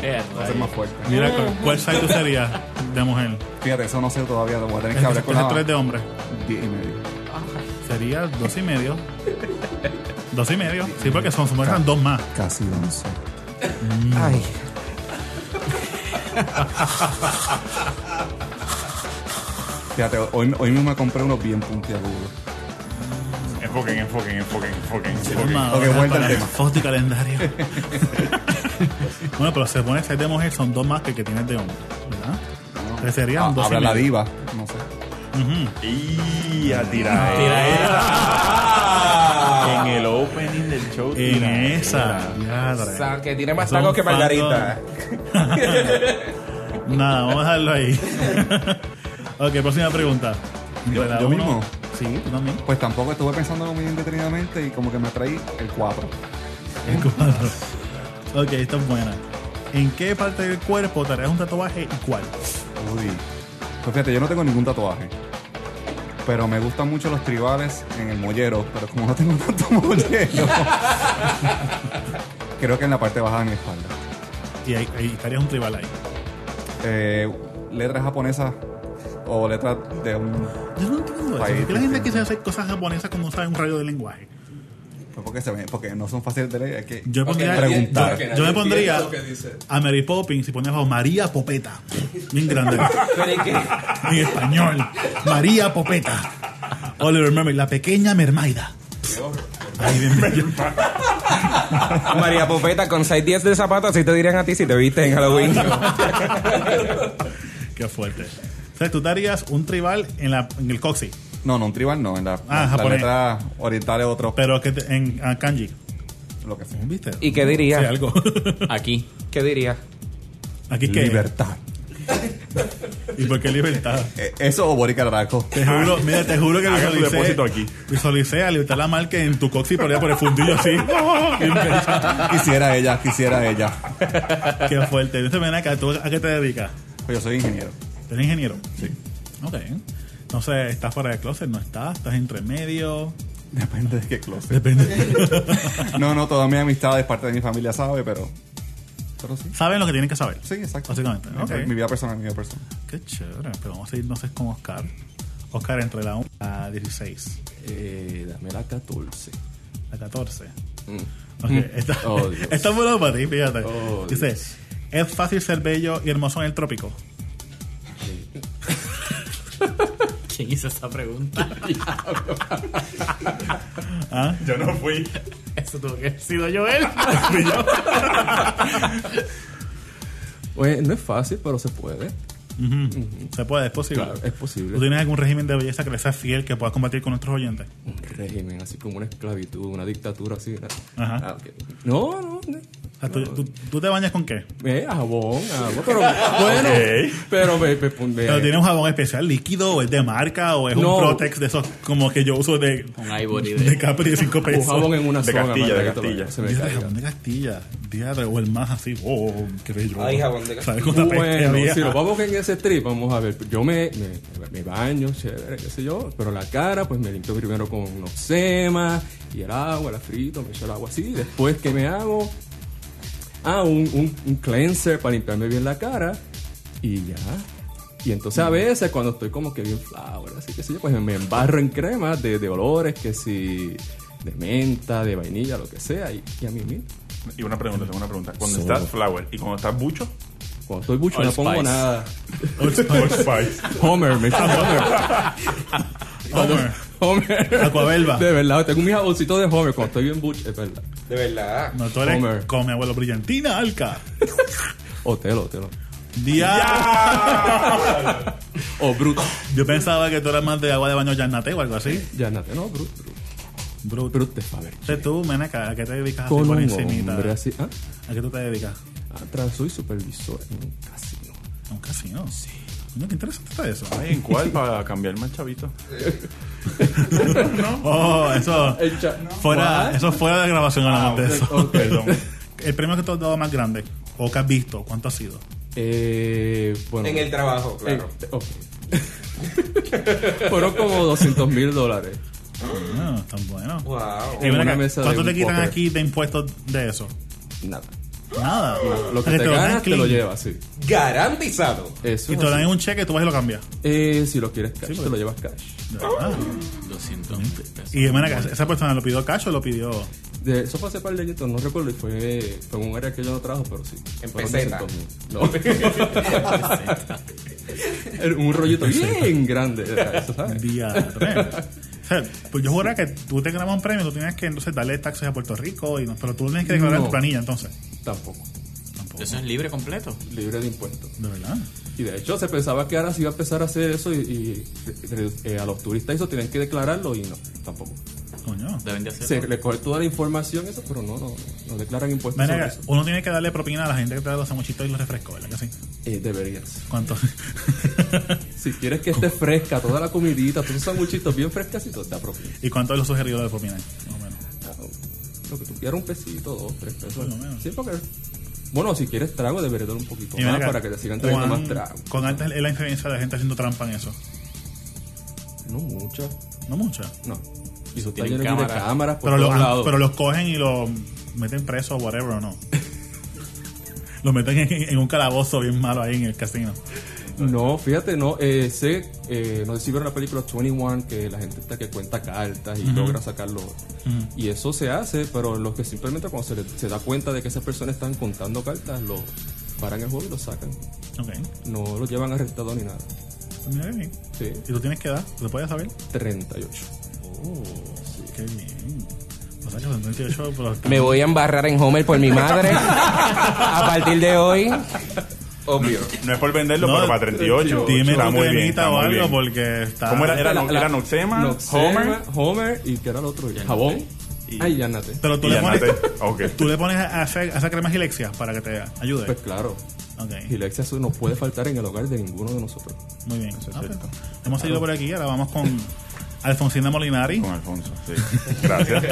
[SPEAKER 6] eh,
[SPEAKER 8] va a ser más fuerte.
[SPEAKER 2] Mira, ¿cu- ¿cuál side tú serías de mujer?
[SPEAKER 8] Fíjate, eso no sé todavía, lo voy a tener que hablar con
[SPEAKER 2] Ese
[SPEAKER 8] la...
[SPEAKER 2] Este tres de hombre.
[SPEAKER 8] Diez y medio.
[SPEAKER 2] Sería dos y medio. Dos y medio. Sí, porque son suman dos más.
[SPEAKER 8] Casi once.
[SPEAKER 2] Mm.
[SPEAKER 4] Ay.
[SPEAKER 8] Fíjate, hoy, hoy mismo me compré unos bien puntiagudos.
[SPEAKER 5] Enfoquen, enfoquen, enfoquen, enfoquen. enfoquen.
[SPEAKER 2] Forma
[SPEAKER 8] Ok,
[SPEAKER 2] ahora
[SPEAKER 8] vuelta al
[SPEAKER 2] para
[SPEAKER 8] tema.
[SPEAKER 2] foto y calendario. bueno, pero se pone side de mujer, son dos más que el que tienes de hombre, ¿verdad? Entonces serían
[SPEAKER 8] Ah,
[SPEAKER 2] dos
[SPEAKER 8] Habla
[SPEAKER 2] y
[SPEAKER 8] la
[SPEAKER 2] medio.
[SPEAKER 8] diva, no sé.
[SPEAKER 5] Y a tirar. En el opening del show.
[SPEAKER 2] En
[SPEAKER 5] tira.
[SPEAKER 2] esa.
[SPEAKER 4] O
[SPEAKER 2] diadre.
[SPEAKER 4] sea, que tiene más
[SPEAKER 2] Son
[SPEAKER 4] tacos que
[SPEAKER 2] fangos.
[SPEAKER 4] margarita.
[SPEAKER 2] Nada, vamos a dejarlo ahí. ok, próxima pregunta.
[SPEAKER 8] Yo-
[SPEAKER 2] ¿Verdad,
[SPEAKER 8] yo
[SPEAKER 2] uno?
[SPEAKER 8] mismo.
[SPEAKER 2] Sí, tú también.
[SPEAKER 8] Pues tampoco estuve pensándolo muy detenidamente y como que me traí el 4.
[SPEAKER 2] El cuadro. ok, esta es buena. ¿En qué parte del cuerpo te harías un tatuaje y cuál?
[SPEAKER 8] Uy. Pues fíjate, yo no tengo ningún tatuaje. Pero me gustan mucho los tribales en el mollero. Pero como no tengo tanto mollero. creo que en la parte baja de mi espalda.
[SPEAKER 2] Y ahí, ahí estarías un tribal ahí.
[SPEAKER 8] eh, letras japonesas o letras de un.
[SPEAKER 2] Yo no entiendo eso.
[SPEAKER 8] Ahí,
[SPEAKER 2] ¿Por qué la
[SPEAKER 8] sí,
[SPEAKER 2] gente
[SPEAKER 8] sí.
[SPEAKER 2] quise hacer cosas japonesas cuando sabe un rayo de lenguaje?
[SPEAKER 8] pues porque, se ven- porque no son fáciles de leer. Hay que
[SPEAKER 2] Yo me pondría,
[SPEAKER 8] preguntar.
[SPEAKER 2] yo, me pondría a Mary Poppins y ponía abajo María Popeta. Bien grande.
[SPEAKER 4] Pero es que,
[SPEAKER 2] en español. María Popeta. Oliver Mermaid, la pequeña mermaida. Ahí bien bello.
[SPEAKER 4] María Popeta, con 6 10 de zapatos, así te dirían a ti si te viste en Halloween.
[SPEAKER 2] Qué fuerte. O sea, tú te harías un tribal en, la, en el coxi,
[SPEAKER 8] No, no, un tribal no. En la,
[SPEAKER 2] Ah,
[SPEAKER 8] las
[SPEAKER 2] japonés.
[SPEAKER 8] letras orientales, otro.
[SPEAKER 2] pero que te- en a kanji.
[SPEAKER 8] Lo que sea.
[SPEAKER 2] ¿Viste?
[SPEAKER 4] ¿Y qué
[SPEAKER 2] Sí,
[SPEAKER 4] diría?
[SPEAKER 2] algo.
[SPEAKER 6] Aquí.
[SPEAKER 4] ¿Qué diría?
[SPEAKER 2] Aquí es que.
[SPEAKER 8] Libertad.
[SPEAKER 2] ¿Y por qué libertad?
[SPEAKER 8] Eh, Eso o Boricararaco.
[SPEAKER 2] Te juro, mira, te juro que
[SPEAKER 5] Haga su
[SPEAKER 2] visualicé,
[SPEAKER 5] depósito aquí.
[SPEAKER 2] visualicé a Libertad Lamarque en tu coxi por allá por el fundillo así. Bien bello.
[SPEAKER 8] Quisiera ella, quisiera ella.
[SPEAKER 2] Qué fuerte. Entonces, ven acá, ¿tú a qué te dedicas?
[SPEAKER 8] Pues yo soy ingeniero.
[SPEAKER 2] ¿Tú ¿Eres ingeniero? Sí. Ok. Entonces, ¿estás fuera del closet? ¿No estás? ¿Estás entre medio?
[SPEAKER 8] Depende de qué closet.
[SPEAKER 2] Depende.
[SPEAKER 8] No, no, todas mis amistades, parte de mi familia sabe, pero. Pero sí.
[SPEAKER 2] Saben lo que tienen que saber.
[SPEAKER 8] Sí, exacto. pues
[SPEAKER 2] Básicamente. Ok.
[SPEAKER 8] Mi vida personal, mi vida personal.
[SPEAKER 2] Qué chévere. Pero vamos a ir entonces con Oscar. Oscar entre la 1 a 16.
[SPEAKER 7] Eh, dame la 14.
[SPEAKER 2] La 14. Ok. Está,
[SPEAKER 7] Oh, Dios.
[SPEAKER 2] está bueno para ti, fíjate.
[SPEAKER 7] Oh,
[SPEAKER 2] Dice,
[SPEAKER 7] Dios.
[SPEAKER 2] es fácil ser bello y hermoso en el trópico.
[SPEAKER 6] ¿Quién hizo esta pregunta?
[SPEAKER 2] ¿Ah?
[SPEAKER 5] Yo no fui.
[SPEAKER 6] Eso tuvo que haber sido Joel.
[SPEAKER 7] Pues no es fácil, pero se puede.
[SPEAKER 2] Ujú. Se puede, es posible.
[SPEAKER 7] Claro, es
[SPEAKER 2] ¿Tú
[SPEAKER 7] posible.
[SPEAKER 2] tienes algún régimen de belleza que le sea fiel que puedas combatir con nuestros oyentes?
[SPEAKER 7] Un régimen, así como una esclavitud, una dictatura, así. ¿verdad?
[SPEAKER 2] Ajá.
[SPEAKER 7] Ah, ok. No, no. no.
[SPEAKER 2] O sea, ¿tú, tú, tú te bañas con qué?
[SPEAKER 7] Eh, jabón, jabón. Pero bueno, pero me, me pon- me-
[SPEAKER 5] Eh.
[SPEAKER 2] ¿Pero tiene un jabón especial líquido o es de marca o es
[SPEAKER 7] No.
[SPEAKER 2] un Protex de esos como que yo uso de,
[SPEAKER 6] Un ivory de-
[SPEAKER 2] de Capri de 5
[SPEAKER 7] un
[SPEAKER 2] pesos?
[SPEAKER 7] jabón en una
[SPEAKER 5] De
[SPEAKER 7] zona.
[SPEAKER 5] Castilla,
[SPEAKER 7] para
[SPEAKER 5] de
[SPEAKER 7] que te lo-
[SPEAKER 5] Castilla.
[SPEAKER 7] se me
[SPEAKER 2] Dios, el
[SPEAKER 7] caiga.
[SPEAKER 2] jabón de Castilla, diadre, o el más así, oh, qué bello.
[SPEAKER 4] Ay, jabón de
[SPEAKER 2] ¿Sabes
[SPEAKER 4] Castilla.
[SPEAKER 2] cuánta peste había?
[SPEAKER 7] Bueno, si nos vamos en ese trip, vamos a ver. Yo me, me, me baño, chévere, qué sé yo, pero la cara, pues me limpio primero con unos semas y el agua, la frito, me echo el agua así. Después, ¿qué me hago? Ah, un, un, un cleanser para limpiarme bien la cara y ya. Y entonces a veces cuando estoy como que bien flower, así que sé yo, pues me embarro en crema de, de olores, que si de menta, de vainilla, lo que sea, y, y a mí mismo.
[SPEAKER 5] Y una pregunta, tengo una pregunta. Cuando estás flower y cuando estás bucho,
[SPEAKER 7] Cuando estoy bucho
[SPEAKER 6] All
[SPEAKER 7] no pongo
[SPEAKER 6] Spice.
[SPEAKER 7] nada.
[SPEAKER 2] Old
[SPEAKER 5] Old
[SPEAKER 2] Spice,
[SPEAKER 5] Spice.
[SPEAKER 7] Homer, me echo Homer.
[SPEAKER 2] Homer,
[SPEAKER 7] Homer.
[SPEAKER 2] Aquabelva.
[SPEAKER 7] De verdad, tengo mis jaboncitos de Homer cuando estoy bien butch, es verdad.
[SPEAKER 4] De verdad.
[SPEAKER 2] No, tú eres
[SPEAKER 7] Homer.
[SPEAKER 2] con mi abuelo brillantina, Alca.
[SPEAKER 7] Otelo, Otelo.
[SPEAKER 2] Diablo.
[SPEAKER 7] O Brut.
[SPEAKER 2] Yo pensaba que tú eras más de agua de baño Yarnate o algo así.
[SPEAKER 7] Ya, Nate, no, Brut, Brut.
[SPEAKER 2] Bruto.
[SPEAKER 7] Brut de Faber.
[SPEAKER 2] Entonces tú, ven acá, ¿a qué te dedicas así
[SPEAKER 7] Con
[SPEAKER 2] por
[SPEAKER 7] un
[SPEAKER 2] encimita?
[SPEAKER 7] hombre así. Ah,
[SPEAKER 2] ¿A qué tú te dedicas?
[SPEAKER 7] atrás soy supervisor en un casino.
[SPEAKER 2] A un casino. Sí. Coño, qué interesante está eso.
[SPEAKER 5] Ay, ¿en cuál? Para cambiarme el chavito.
[SPEAKER 2] Oh, eso.
[SPEAKER 7] El cha- no.
[SPEAKER 2] Fuera,
[SPEAKER 7] What? Ah,
[SPEAKER 2] eso fuera de grabación hablamos de eso.
[SPEAKER 7] ok.
[SPEAKER 2] Perdón. El premio que te has dado más grande o que has visto, ¿cuánto ha sido?
[SPEAKER 7] Eh, bueno.
[SPEAKER 4] En el trabajo, claro.
[SPEAKER 7] Eh, ok. Fueron como 200 mil dólares.
[SPEAKER 2] Ah, tan bueno.
[SPEAKER 4] Wow.
[SPEAKER 2] Y
[SPEAKER 7] en
[SPEAKER 2] ven
[SPEAKER 7] una
[SPEAKER 2] acá,
[SPEAKER 7] mesa de
[SPEAKER 2] ¿Cuánto
[SPEAKER 7] un
[SPEAKER 2] te quitan
[SPEAKER 7] poker.
[SPEAKER 2] aquí de impuestos de eso?
[SPEAKER 7] Nada.
[SPEAKER 2] Nada.
[SPEAKER 7] Lo que
[SPEAKER 2] O sea,
[SPEAKER 7] te
[SPEAKER 2] dan
[SPEAKER 7] ganas te lo
[SPEAKER 2] clean.
[SPEAKER 7] llevas, sí.
[SPEAKER 4] Garantizado.
[SPEAKER 7] Eso
[SPEAKER 2] Y
[SPEAKER 7] es
[SPEAKER 2] te dan
[SPEAKER 7] así.
[SPEAKER 2] un cheque, tú vas y lo cambias.
[SPEAKER 7] Eh, si lo quieres cash, te lo llevas cash.
[SPEAKER 2] De verdad.
[SPEAKER 6] 200 mil pesos.
[SPEAKER 2] Y ven acá, ¿esa persona lo pidió cash o lo pidió?
[SPEAKER 7] De, eso fue hace par de añitos, no recuerdo, y fue, fue en un área que yo no trabajo, pero sí.
[SPEAKER 4] En
[SPEAKER 7] Fueron
[SPEAKER 4] peseta.
[SPEAKER 7] 200.000. No. Era un rollito bien grande, era eso, ¿sabes?
[SPEAKER 2] Día 3. O sea, pues yo juraba que tú te ganabas un premio, tú tienes que entonces darle taxes a Puerto Rico, y no- pero tú tienes que declarar
[SPEAKER 7] No.
[SPEAKER 2] tu planilla entonces.
[SPEAKER 7] Tampoco,
[SPEAKER 2] Tampoco.
[SPEAKER 6] Eso es libre completo.
[SPEAKER 7] libre de impuestos.
[SPEAKER 2] De verdad.
[SPEAKER 7] Y de hecho se pensaba que ahora sí iba a empezar a hacer eso y, y- re- eh, a los turistas eso tienen que declararlo y no, tampoco.
[SPEAKER 2] Coño.
[SPEAKER 6] Deben de
[SPEAKER 7] Se
[SPEAKER 6] hacerlo.
[SPEAKER 7] recoge toda la información eso, pero no, no, no declaran impuestos
[SPEAKER 2] Ven
[SPEAKER 7] sobre
[SPEAKER 2] acá,
[SPEAKER 7] eso.
[SPEAKER 2] uno tiene que darle propina a la gente que trae los samochitos y los refrescos, ¿verdad que sí?
[SPEAKER 7] Eh, deberías.
[SPEAKER 2] ¿Cuánto?
[SPEAKER 7] Si quieres que esté fresca toda la comidita, todos los sanguchitos bien frescasitos, te apropias.
[SPEAKER 2] ¿Y cuánto es lo sugerido de propina? Más o menos.
[SPEAKER 7] Lo que tú quieras, un pesito, dos, tres pesos.
[SPEAKER 2] Por lo menos.
[SPEAKER 7] Sí, porque. Bueno, si quieres trago, debería dar un poquito
[SPEAKER 2] ven
[SPEAKER 7] más
[SPEAKER 2] acá,
[SPEAKER 7] Pues para que te sigan trayendo
[SPEAKER 2] ¿cuán-
[SPEAKER 7] más trago.
[SPEAKER 2] ¿Con alta es la incidencia de gente haciendo trampa en eso?
[SPEAKER 7] No mucho.
[SPEAKER 2] No mucha.
[SPEAKER 7] No. Y eso
[SPEAKER 6] tienen
[SPEAKER 7] tiene cámaras. de
[SPEAKER 6] cámaras.
[SPEAKER 7] cámaras por
[SPEAKER 2] Pero
[SPEAKER 7] todos
[SPEAKER 2] los,
[SPEAKER 7] lados.
[SPEAKER 2] pero los cogen y los meten preso o whatever o no. lo meten en, en un calabozo bien malo ahí en el casino.
[SPEAKER 7] No, fíjate, no, eh, sé, eh, no sé si vieron la película 21, que la gente está que cuenta cartas y logra sacarlo. Y eso se hace, pero los que simplemente cuando se, le- se da cuenta de que esas personas están contando cartas, lo paran el juego y lo sacan.
[SPEAKER 2] Ok.
[SPEAKER 7] No lo llevan arrestado ni nada.
[SPEAKER 2] Pues mira qué bien.
[SPEAKER 7] Sí,
[SPEAKER 2] ¿Y tú tienes que dar? ¿Lo puedes saber?
[SPEAKER 7] 38.
[SPEAKER 2] Qué bien. O sea, que 78 por los-
[SPEAKER 4] Me voy a embarrar en Homer por mi madre. A partir de hoy. Obvio.
[SPEAKER 5] No es por venderlo,
[SPEAKER 2] No, eh,
[SPEAKER 5] pero para 38.
[SPEAKER 2] Dime
[SPEAKER 5] está
[SPEAKER 2] tu
[SPEAKER 5] muy bien.
[SPEAKER 2] cremita
[SPEAKER 5] Está
[SPEAKER 2] o
[SPEAKER 5] muy
[SPEAKER 2] algo
[SPEAKER 5] bien.
[SPEAKER 2] porque está.
[SPEAKER 5] ¿Cómo era? Era,
[SPEAKER 7] La-
[SPEAKER 5] no-
[SPEAKER 7] la-
[SPEAKER 5] era Noxema,
[SPEAKER 7] Noxema,
[SPEAKER 5] Homer.
[SPEAKER 7] Homer y que era el otro, jabón.
[SPEAKER 5] Y-
[SPEAKER 7] Ay, Yanate.
[SPEAKER 2] Pero tú
[SPEAKER 5] Y
[SPEAKER 2] le
[SPEAKER 5] ya
[SPEAKER 2] pones,
[SPEAKER 5] mate. Ok.
[SPEAKER 2] tú le pones a, esa- a esa crema Gilexia para que te ayude.
[SPEAKER 7] Pues claro,
[SPEAKER 2] Ok,
[SPEAKER 7] Gilexia eso no puede faltar en el hogar de ninguno de nosotros.
[SPEAKER 2] muy bien. Ah, pues, hemos seguido por aquí, ahora vamos con Alfonsina Molinari.
[SPEAKER 5] Con Alfonso, sí. Gracias.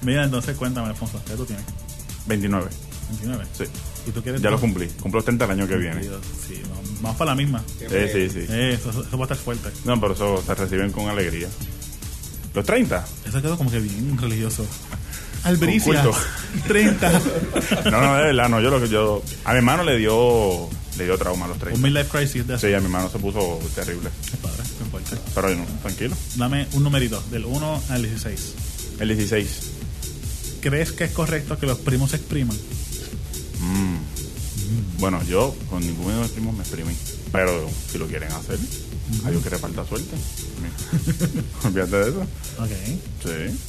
[SPEAKER 2] Mira, entonces cuéntame, Alfonso, ¿qué tú tienes?
[SPEAKER 5] 29.
[SPEAKER 2] 29.
[SPEAKER 5] Sí.
[SPEAKER 2] ¿Y tú quieres?
[SPEAKER 5] Ya lo cumplí. Cumplo 30 el año que viene.
[SPEAKER 2] Sí, vamos, vamos para la misma.
[SPEAKER 5] Eh, sí, sí.
[SPEAKER 2] Eh, eso, eso va a estar fuerte.
[SPEAKER 5] No, pero eso se reciben con alegría. Los 30.
[SPEAKER 2] Eso quedó como que bien religioso. Albricia,
[SPEAKER 5] Con culto.
[SPEAKER 2] 30.
[SPEAKER 5] No, no, de verdad, no. Yo lo que yo. A mi hermano le dio. Le dio trauma a los
[SPEAKER 2] Un
[SPEAKER 5] 30.
[SPEAKER 2] midlife crisis de así.
[SPEAKER 5] Sí, a mi hermano se puso terrible.
[SPEAKER 2] Padre, qué fuerte.
[SPEAKER 5] Pero yo no, tranquilo.
[SPEAKER 2] Dame un numerito, del 1 al 16.
[SPEAKER 5] El 16.
[SPEAKER 2] ¿Crees que es correcto que los primos se expriman?
[SPEAKER 5] Mm. Bueno, yo con ninguno de mis primos me exprimí. Pero si lo quieren hacer, hay que reparta suerte. Olvídate de eso.
[SPEAKER 2] Ok.
[SPEAKER 5] Sí,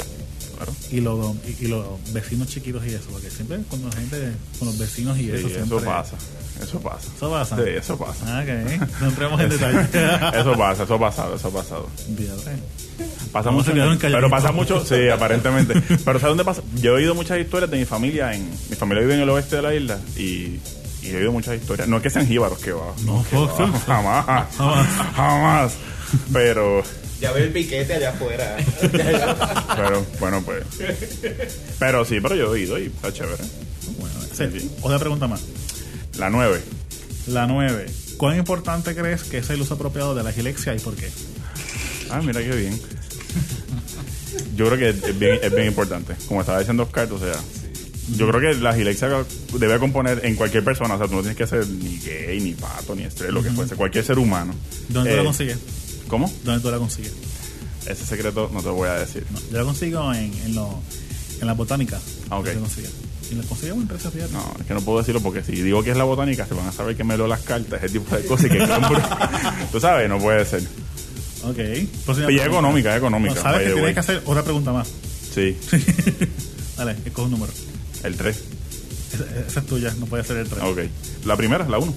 [SPEAKER 5] claro.
[SPEAKER 2] Y los, y, y los vecinos chiquitos y eso, porque siempre con la gente, con los vecinos y
[SPEAKER 5] Sí,
[SPEAKER 2] eso
[SPEAKER 5] eso,
[SPEAKER 2] siempre.
[SPEAKER 5] pasa. Eso pasa.
[SPEAKER 2] Eso pasa.
[SPEAKER 5] Sí, eso pasa.
[SPEAKER 2] Ah, Ok, no entremos en detalle.
[SPEAKER 5] Eso pasa, eso ha pasado, eso ha pasado.
[SPEAKER 2] Fíjate.
[SPEAKER 5] Pasa
[SPEAKER 2] Vamos
[SPEAKER 5] mucho,
[SPEAKER 2] a quedar en
[SPEAKER 5] pero pasa
[SPEAKER 2] callejón.
[SPEAKER 5] mucho, sí, aparentemente. Pero ¿sabes dónde pasa? Yo he oído muchas historias de mi familia. En, mi familia vive en el oeste de la isla y, y he oído muchas historias. No es que sean jíbaros, que va.
[SPEAKER 2] No,
[SPEAKER 5] que va,
[SPEAKER 2] Fox.
[SPEAKER 5] jamás,
[SPEAKER 2] Jamás.
[SPEAKER 5] jamás, Pero,
[SPEAKER 4] Ya veo el piquete allá afuera.
[SPEAKER 5] pero, bueno, pues. Pero sí, pero yo he oído y está chévere.
[SPEAKER 2] Bueno, sí. Otra pregunta más.
[SPEAKER 5] La 9.
[SPEAKER 2] La 9. ¿Cuán importante crees que es el uso apropiado de la gilexia y por qué?
[SPEAKER 5] Ah, mira qué bien. Yo creo que es bien, es bien importante. Como estaba diciendo Oscar, o sea, yo creo que la gilexia debe componer en cualquier persona. O sea, tú no tienes que ser ni gay, ni pato, ni estrella, lo que fuese, cualquier ser humano.
[SPEAKER 2] ¿Dónde tú
[SPEAKER 5] Eh,
[SPEAKER 2] la consigues?
[SPEAKER 5] ¿Cómo?
[SPEAKER 2] ¿Dónde tú la consigues?
[SPEAKER 5] Ese secreto no te lo voy a decir.
[SPEAKER 2] No, yo la consigo en, en, lo- en la botánica.
[SPEAKER 5] Ah, ok.
[SPEAKER 2] Yo la consigo. Y la consigo en empresa, fíjate.
[SPEAKER 5] No, es que no puedo decirlo porque si digo que es la botánica, se van a saber que me leo las cartas, ese tipo de cosas y que compro. Tú sabes, no puede ser.
[SPEAKER 2] Ok. Próxima
[SPEAKER 5] Y es
[SPEAKER 2] pregunta.
[SPEAKER 5] económica, es económica.
[SPEAKER 2] No, sabes
[SPEAKER 5] by
[SPEAKER 2] que
[SPEAKER 5] the
[SPEAKER 2] tienes
[SPEAKER 5] way.
[SPEAKER 2] que hacer otra pregunta más.
[SPEAKER 5] Sí,
[SPEAKER 2] Dale, escoge un número.
[SPEAKER 5] el 3.
[SPEAKER 2] Esa, esa es tuya, no puede ser el 3.
[SPEAKER 5] Ok. La primera, la 1.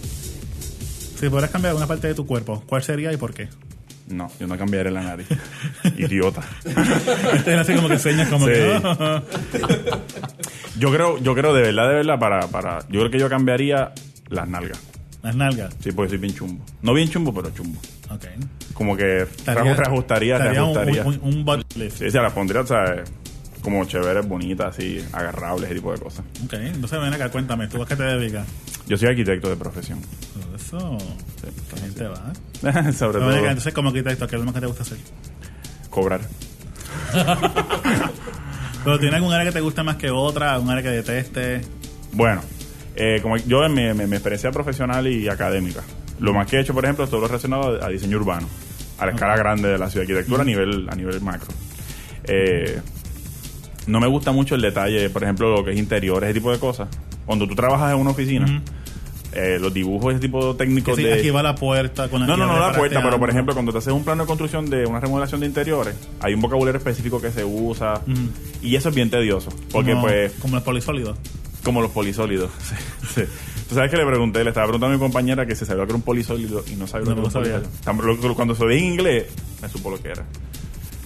[SPEAKER 2] Si pudieras cambiar una parte de tu cuerpo, ¿cuál sería y por qué?
[SPEAKER 5] No, yo no cambiaré la nariz. Idiota.
[SPEAKER 2] Este hace como que señas como
[SPEAKER 5] Sí.
[SPEAKER 2] que... "Oh".
[SPEAKER 5] Yo creo, yo creo de verdad, de verdad, para, para. Yo creo que yo cambiaría las nalgas.
[SPEAKER 2] Las nalgas.
[SPEAKER 5] Sí, porque soy bien chumbo. No bien chumbo, pero chumbo.
[SPEAKER 2] Ok.
[SPEAKER 5] Como que
[SPEAKER 2] Estaría-
[SPEAKER 5] reajustaría,
[SPEAKER 2] estaría un-
[SPEAKER 5] reajustaría.
[SPEAKER 2] Un, un, butt lift.
[SPEAKER 5] Sí, se las pondría, ¿sabes? Como chéveres, bonitas, así, agarrables, ese tipo de cosas.
[SPEAKER 2] Ok, entonces ven acá, cuéntame, ¿tú a qué te dedicas?
[SPEAKER 5] Yo soy arquitecto de profesión.
[SPEAKER 2] Todo Eso, la gente va.
[SPEAKER 5] Sobre
[SPEAKER 2] Pero ven acá,
[SPEAKER 5] todo,
[SPEAKER 2] entonces como arquitecto, ¿qué es lo más que te gusta hacer?
[SPEAKER 5] cobrar.
[SPEAKER 2] ¿Pero tienes algún área que te gusta más que otra? ¿Un área que deteste?
[SPEAKER 5] Bueno, eh, como yo en mi, mi- mi experiencia profesional y académica, lo más que he hecho, por ejemplo, es todo lo relacionado a diseño urbano, a la escala grande de la ciudad, arquitectura a nivel, a nivel macro. Eh, no me gusta mucho el detalle, por ejemplo, lo que es interiores, ese tipo de cosas. Cuando tú trabajas en una oficina, eh, los dibujos, ese tipo
[SPEAKER 2] Que
[SPEAKER 5] técnicos
[SPEAKER 2] si
[SPEAKER 5] de...
[SPEAKER 2] aquí va este la puerta con la
[SPEAKER 5] No, no, no da
[SPEAKER 2] reparaste
[SPEAKER 5] puerta, pero
[SPEAKER 2] algo.
[SPEAKER 5] por ejemplo, cuando te haces un plano de construcción de una remodelación de interiores, hay un vocabulario específico que se usa y eso es bien tedioso, porque
[SPEAKER 2] como,
[SPEAKER 5] pues
[SPEAKER 2] Como el polisólido.
[SPEAKER 5] como los polisólidos. Sí, sí. Tú sabes que le pregunté, le estaba preguntando a mi compañera que se sabía que era un polisólido y no sabía
[SPEAKER 2] No,
[SPEAKER 5] lo que era
[SPEAKER 2] no
[SPEAKER 5] un
[SPEAKER 2] sabía.
[SPEAKER 5] polisólido. Tampoco- lo- Cuando se ve en inglés, me supo lo que era.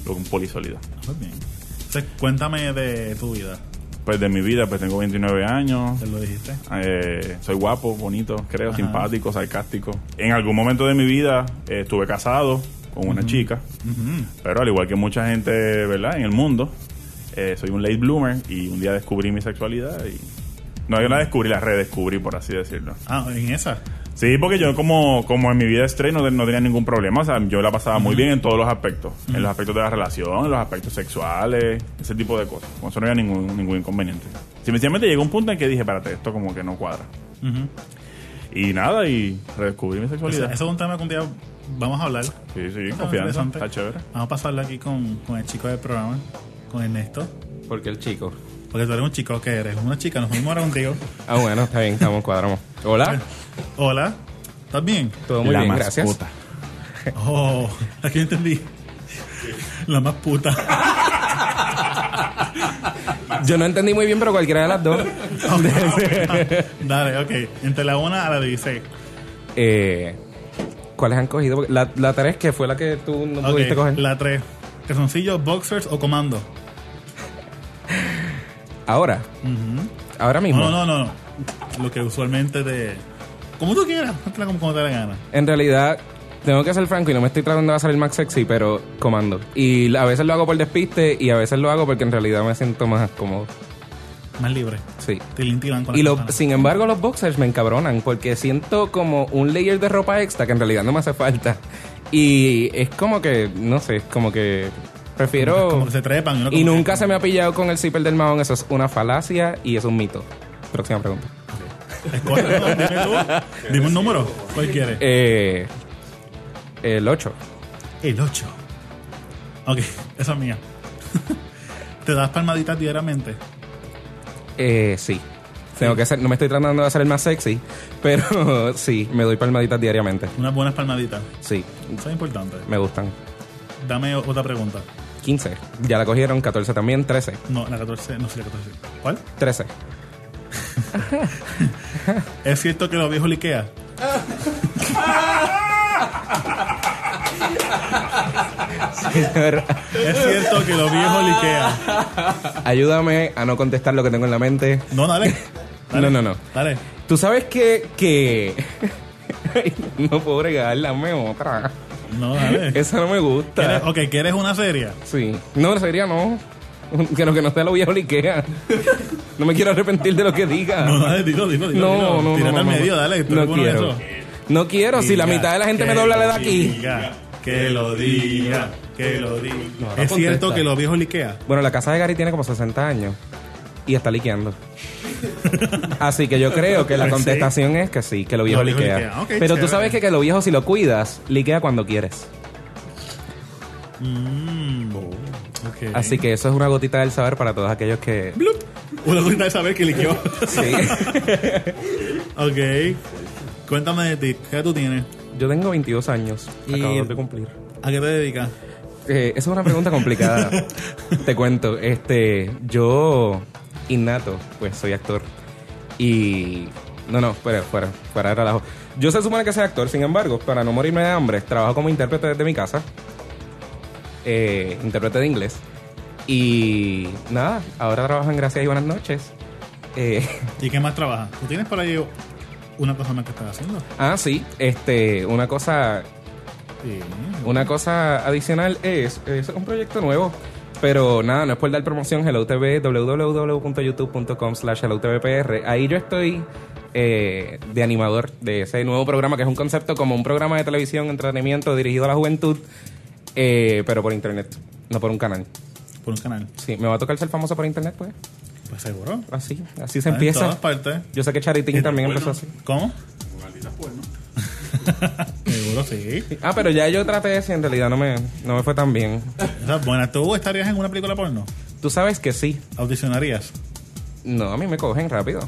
[SPEAKER 5] Lo que un polisólido.
[SPEAKER 2] Ah, pues bien. Entonces, cuéntame de tu vida.
[SPEAKER 5] Pues de mi vida, pues tengo 29 años.
[SPEAKER 2] ¿Te lo dijiste?
[SPEAKER 5] eh, soy guapo, bonito, creo,
[SPEAKER 2] Ajá.
[SPEAKER 5] simpático, sarcástico. En algún momento de mi vida eh, estuve casado con una chica, pero al igual que mucha gente, ¿verdad? En el mundo, eh, soy un late bloomer y un día descubrí mi sexualidad y... No, yo la descubrí, la redescubrí, por así decirlo.
[SPEAKER 2] Ah, en esa.
[SPEAKER 5] Sí, porque yo como, como en mi vida straight no, no tenía ningún problema. O sea, yo la pasaba muy bien en todos los aspectos. En los aspectos de la relación, en los aspectos sexuales, ese tipo de cosas. Con eso no había ningún, ningún inconveniente. Sencillamente llegó un punto en que dije, espérate, esto como que no cuadra. Y nada, y redescubrí mi
[SPEAKER 2] Eso,
[SPEAKER 5] sexualidad.
[SPEAKER 2] eso es un tema que un día vamos a hablar.
[SPEAKER 5] Sí, sí,
[SPEAKER 2] Está
[SPEAKER 5] confianza.
[SPEAKER 2] interesante.
[SPEAKER 5] Está chévere.
[SPEAKER 2] Vamos a pasarlo aquí con, con el chico del programa, con Ernesto.
[SPEAKER 4] Porque el chico.
[SPEAKER 2] Porque tú eres un chico que eres una chica, nos fuimos ahora contigo.
[SPEAKER 4] Ah, bueno, está bien, estamos, cuadramos. Hola,
[SPEAKER 2] Hola, ¿estás bien?
[SPEAKER 4] todo muy
[SPEAKER 5] La
[SPEAKER 4] bien,
[SPEAKER 5] mascota.
[SPEAKER 4] gracias.
[SPEAKER 2] Oh, aquí entendí. La más puta.
[SPEAKER 4] Yo no entendí muy bien, pero cualquiera de las dos.
[SPEAKER 2] Dale, ok. Entre la 1 a la 16.
[SPEAKER 4] Eh, ¿Cuáles han cogido? Porque La, la 3, que fue la que tú no
[SPEAKER 2] Ok,
[SPEAKER 4] pudiste coger.
[SPEAKER 2] La 3. Calzoncillos, boxers o comando.
[SPEAKER 4] Ahora. Ahora mismo.
[SPEAKER 2] No, no, no, no. Lo que usualmente te. Como tú quieras, hazla como, como te dé la gana.
[SPEAKER 4] En realidad, tengo que ser franco y no me estoy tratando de hacer el más sexy, pero comando. Y a veces lo hago por despiste y a veces lo hago porque en realidad me siento más cómodo.
[SPEAKER 2] Más libre.
[SPEAKER 4] Sí.
[SPEAKER 2] Tilín, tilán con
[SPEAKER 4] Y
[SPEAKER 2] las
[SPEAKER 4] lo,
[SPEAKER 2] patas.
[SPEAKER 4] sin embargo, los boxers me encabronan porque siento como un layer de ropa extra que en realidad no me hace falta. Y es como que, no sé, es como que prefiero...
[SPEAKER 2] Como que se trepan. uno como
[SPEAKER 4] y
[SPEAKER 2] que-
[SPEAKER 4] nunca se me ha pillado con el zipper del mahón. Eso es una falacia y es un mito. Próxima pregunta.
[SPEAKER 2] Escoge, no, dime tú. Dime un número. ¿Cuál quieres?
[SPEAKER 4] Eh, el 8.
[SPEAKER 2] El 8. Ok, esa es mía. ¿Te das palmaditas diariamente?
[SPEAKER 4] Eh, sí. Tengo que ser, no me estoy tratando de hacer el más sexy, pero sí, me doy palmaditas diariamente.
[SPEAKER 2] Unas buenas palmaditas.
[SPEAKER 4] Sí,
[SPEAKER 2] Eso es importante.
[SPEAKER 4] me gustan.
[SPEAKER 2] Dame o- otra pregunta.
[SPEAKER 4] 15. Ya la cogieron, 14 también, 13.
[SPEAKER 2] No, la 14. No, sí, la 14. ¿Cuál?
[SPEAKER 4] 13.
[SPEAKER 2] ¿Es cierto que los viejos liquea? Es cierto que los viejos liquea.
[SPEAKER 4] Ayúdame a no contestar lo que tengo en la mente.
[SPEAKER 2] No, dale. Dale.
[SPEAKER 4] No, no, no.
[SPEAKER 2] Dale.
[SPEAKER 4] Tú sabes que... que... Ay, no puedo bregar, dame otra.
[SPEAKER 2] No, dale.
[SPEAKER 4] Esa no me
[SPEAKER 2] ¿Quieres,
[SPEAKER 4] gusta.
[SPEAKER 2] ok, ¿quieres una serie?
[SPEAKER 4] Sí. No, en serio no. Que no, que no sea lo viejo Ikea. No me quiero arrepentir de lo que diga.
[SPEAKER 2] No, dale, dilo, dilo, dilo.
[SPEAKER 4] No,
[SPEAKER 2] dilo.
[SPEAKER 4] no, no.
[SPEAKER 2] Tírate
[SPEAKER 4] no,
[SPEAKER 2] al
[SPEAKER 4] no.
[SPEAKER 2] medio, dale. tú
[SPEAKER 4] No
[SPEAKER 2] eres bueno en
[SPEAKER 4] quiero.
[SPEAKER 2] eso.
[SPEAKER 4] No quiero, si la
[SPEAKER 2] Diga,
[SPEAKER 4] mitad de la gente me
[SPEAKER 2] que
[SPEAKER 4] dobla la
[SPEAKER 2] lo
[SPEAKER 4] edad aquí.
[SPEAKER 2] diga, que lo diga, que lo diga.
[SPEAKER 4] ahora
[SPEAKER 2] ¿Es
[SPEAKER 4] contesta.
[SPEAKER 2] cierto que los viejos liquea?
[SPEAKER 4] Bueno, la casa de Gary tiene como 60 años y está liqueando. Así que yo creo que la
[SPEAKER 2] Pues sí.
[SPEAKER 4] contestación es que sí, que lo viejo
[SPEAKER 2] Lo viejo
[SPEAKER 4] liquea.
[SPEAKER 2] liquea, ok,
[SPEAKER 4] Pero
[SPEAKER 2] chévere.
[SPEAKER 4] tú sabes que, que lo viejo, si lo cuidas, liquea cuando quieres.
[SPEAKER 2] Mm, ok.
[SPEAKER 4] Así que eso es una gotita del saber para todos aquellos que.
[SPEAKER 2] Blup. Una cuenta de saber que liqueó.
[SPEAKER 4] Sí.
[SPEAKER 2] ok. Cuéntame de ti. ¿Qué edad tú tienes?
[SPEAKER 4] yo tengo 22 años.
[SPEAKER 2] Y-
[SPEAKER 4] Acabo de cumplir.
[SPEAKER 2] ¿A qué te dedicas?
[SPEAKER 4] Eh, esa es una pregunta complicada. Te cuento, este, yo innato, pues soy actor. Y no, no, fuera, fuera, fuera de relajo. Yo se supone que soy actor, sin embargo, para no morirme de hambre, trabajo como intérprete desde mi casa. Eh, intérprete de inglés. Y nada, ahora trabajo en Gracias y Buenas noches. Eh,
[SPEAKER 2] ¿Y qué más trabajas? ¿Tú tienes por ahí una cosa más que estás haciendo?
[SPEAKER 4] ah, sí, este, una cosa
[SPEAKER 2] Sí.
[SPEAKER 4] Una cosa adicional es, es un proyecto nuevo. Pero nada, no es por dar promoción, Hello TV, www.youtube.com slash Hello TV PR. Ahí yo estoy eh, de animador de ese nuevo programa, que es un concepto como un programa de televisión, entretenimiento dirigido a la juventud, eh, pero por internet, no por un canal.
[SPEAKER 2] Por un canal.
[SPEAKER 4] Sí, me va a tocar ser famoso por internet, pues.
[SPEAKER 2] Pues seguro.
[SPEAKER 4] Así, así se
[SPEAKER 2] Ah, eh, En
[SPEAKER 4] empieza.
[SPEAKER 2] todas partes.
[SPEAKER 4] Yo sé que Charitín también empezó así.
[SPEAKER 2] ¿Cómo? Seguro sí.
[SPEAKER 4] Ah, pero ya yo traté eso y en realidad no me, no me fue tan bien.
[SPEAKER 2] Esa es buena. ¿Tú estarías en una película porno?
[SPEAKER 4] Tú sabes que sí.
[SPEAKER 2] ¿Audicionarías?
[SPEAKER 4] No, a mí me cogen rápido.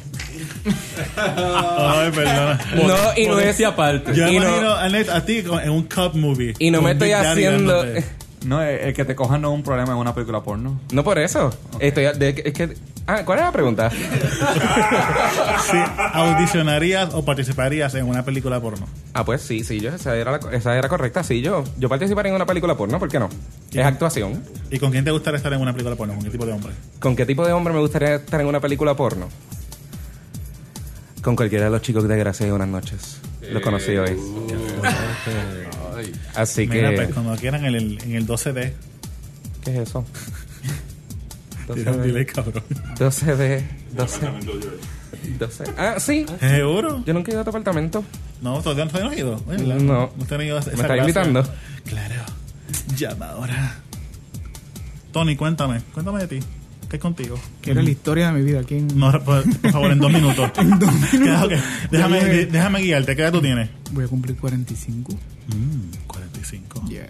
[SPEAKER 2] Ah, Ay, perdona.
[SPEAKER 4] No, y no es.
[SPEAKER 6] Modestia aparte.
[SPEAKER 2] Yo
[SPEAKER 4] Y no-
[SPEAKER 2] imagino, Annette, a ti con- en un cop movie.
[SPEAKER 4] Y no
[SPEAKER 2] Con
[SPEAKER 4] me estoy
[SPEAKER 2] Big Daddy
[SPEAKER 4] haciendo.
[SPEAKER 2] dándote.
[SPEAKER 8] No, el, el que te cojan no es un problema en una película porno.
[SPEAKER 4] No por eso. Estoy. de- es que, ah, ¿cuál era la pregunta?
[SPEAKER 2] Sí, ¿Audicionarías o participarías en una película porno?
[SPEAKER 4] Ah, pues sí, sí, yo, esa era, la- esa era correcta. Sí, yo. Yo participaré en una película porno, ¿por qué no? Es actuación.
[SPEAKER 2] ¿Y con quién te gustaría estar en una película porno? ¿Con qué tipo de hombre?
[SPEAKER 4] ¿Con qué tipo de hombre me gustaría estar en una película porno? Con cualquiera de los chicos de Gracia y Buenas noches. Los conocí hoy. Eh. Así
[SPEAKER 2] Mira, pues
[SPEAKER 4] que.
[SPEAKER 2] cuando quieran en el, en el 12D.
[SPEAKER 4] ¿Qué es eso?
[SPEAKER 2] Tira un delay, cabrón.
[SPEAKER 4] 12 de. 12. 12. Ah, sí.
[SPEAKER 2] ¿Seguro?
[SPEAKER 4] Yo nunca he ido a tu apartamento.
[SPEAKER 2] No, todavía no hemos ido. Oye, la-
[SPEAKER 4] No.
[SPEAKER 2] No te han ido a esa
[SPEAKER 4] Me está
[SPEAKER 2] clase.
[SPEAKER 4] gritando.
[SPEAKER 2] Claro. Llamadora. Tony, cuéntame. Cuéntame de ti. ¿Qué es contigo?
[SPEAKER 9] Que era la historia de mi vida. ¿Quién?
[SPEAKER 2] No, por, por favor, en dos minutos. Queda- ok. Déjame,
[SPEAKER 9] Ya llegué.
[SPEAKER 2] déjame guiarte. ¿Qué edad tú tienes?
[SPEAKER 9] Voy a cumplir 45.
[SPEAKER 2] Mm, 45.
[SPEAKER 9] Yeah.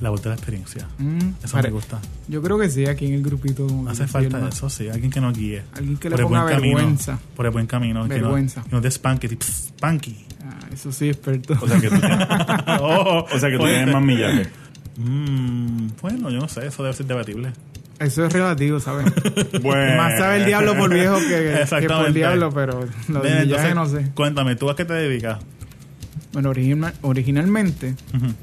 [SPEAKER 2] La vuelta de la experiencia.
[SPEAKER 9] Mm,
[SPEAKER 2] Eso
[SPEAKER 9] pare-
[SPEAKER 2] me gusta.
[SPEAKER 9] Yo creo que sí, aquí en el grupito. como que
[SPEAKER 2] Hace
[SPEAKER 9] yo soy el
[SPEAKER 2] falta
[SPEAKER 9] más-
[SPEAKER 2] eso, sí. Alguien que nos guíe.
[SPEAKER 9] Alguien que le
[SPEAKER 2] Por el
[SPEAKER 9] ponga
[SPEAKER 2] buen camino.
[SPEAKER 9] vergüenza.
[SPEAKER 2] Por el buen camino. que no-
[SPEAKER 9] Vergüenza.
[SPEAKER 2] Que nos dé spanky. tipo, "Pss, Spanky.
[SPEAKER 9] Ah, eso sí, experto.
[SPEAKER 5] O sea que tú tienes,
[SPEAKER 2] Oh,
[SPEAKER 5] o sea que tú
[SPEAKER 2] fuerte.
[SPEAKER 5] tienes más millaje.
[SPEAKER 2] Mm, bueno, yo no sé. Eso debe ser debatible.
[SPEAKER 9] Eso es relativo, ¿sabes?
[SPEAKER 5] Bueno.
[SPEAKER 9] Más sabe el diablo por viejo que, que por
[SPEAKER 2] Eh. Exactamente.
[SPEAKER 9] diablo, pero lo
[SPEAKER 2] Ven,
[SPEAKER 9] de
[SPEAKER 2] entonces,
[SPEAKER 9] millaje no sé.
[SPEAKER 2] Cuéntame, ¿tú a qué te dedicas?
[SPEAKER 9] Bueno, original- originalmente
[SPEAKER 2] Ujú.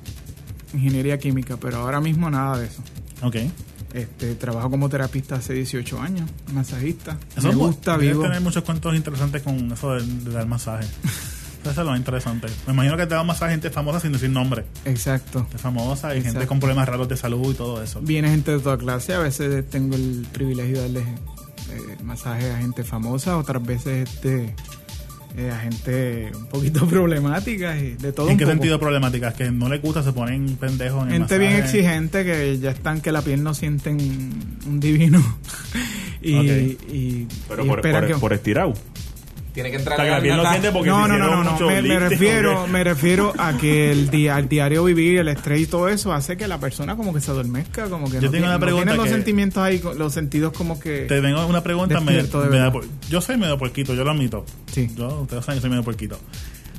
[SPEAKER 9] ingeniería química, pero ahora mismo nada de eso.
[SPEAKER 2] Ok. Eso
[SPEAKER 9] Este, trabajo como terapista hace 18 años, masajista. me
[SPEAKER 2] es bu-
[SPEAKER 9] gusta,
[SPEAKER 2] debes
[SPEAKER 9] vivo.
[SPEAKER 2] tener muchos cuentos interesantes con eso de, de dar masaje. Eso es lo más interesante. Me imagino que te da masaje gente famosa sin decir nombre.
[SPEAKER 9] Exacto.
[SPEAKER 2] Gente famosa y gente
[SPEAKER 9] Exacto.
[SPEAKER 2] con problemas raros de salud y todo eso.
[SPEAKER 9] Viene gente de toda clase, a veces tengo el privilegio de darles eh, masaje a gente famosa, otras veces este, eh, a gente un poquito problemática, y de todo
[SPEAKER 2] ¿En
[SPEAKER 9] un
[SPEAKER 2] qué
[SPEAKER 9] poco.
[SPEAKER 2] sentido problemáticas? Que no le gusta, se ponen pendejos en el
[SPEAKER 9] Gente bien
[SPEAKER 2] masaje.
[SPEAKER 9] exigente que ya están que la piel no sienten un divino. y,
[SPEAKER 2] Ok.
[SPEAKER 9] y,
[SPEAKER 5] Pero
[SPEAKER 9] y
[SPEAKER 5] por, e-
[SPEAKER 9] esperan
[SPEAKER 5] por,
[SPEAKER 9] que...
[SPEAKER 5] por estirado.
[SPEAKER 4] Tiene que
[SPEAKER 5] O
[SPEAKER 4] entrar
[SPEAKER 5] sea, que la piel no siente porque
[SPEAKER 9] no,
[SPEAKER 5] se
[SPEAKER 9] no, no,
[SPEAKER 5] hicieron
[SPEAKER 9] no, no.
[SPEAKER 5] mucho
[SPEAKER 9] Me, me
[SPEAKER 5] lifting,
[SPEAKER 9] refiero,
[SPEAKER 5] ¿ok?
[SPEAKER 9] me refiero a que el, día, el diario vivir, el estrés y todo eso hace que la persona como que se adormezca, como que
[SPEAKER 2] Yo tengo
[SPEAKER 9] no, tiene-
[SPEAKER 2] una
[SPEAKER 9] no
[SPEAKER 2] pregunta
[SPEAKER 9] tienen los
[SPEAKER 2] que-
[SPEAKER 9] sentimientos ahí, los sentidos como que...
[SPEAKER 2] Te tengo una pregunta. Me,
[SPEAKER 9] Despierto, de
[SPEAKER 2] me da
[SPEAKER 9] verdad.
[SPEAKER 2] por- yo soy medio porquito, yo lo admito.
[SPEAKER 9] Sí.
[SPEAKER 2] Yo, ustedes saben que soy medio porquito.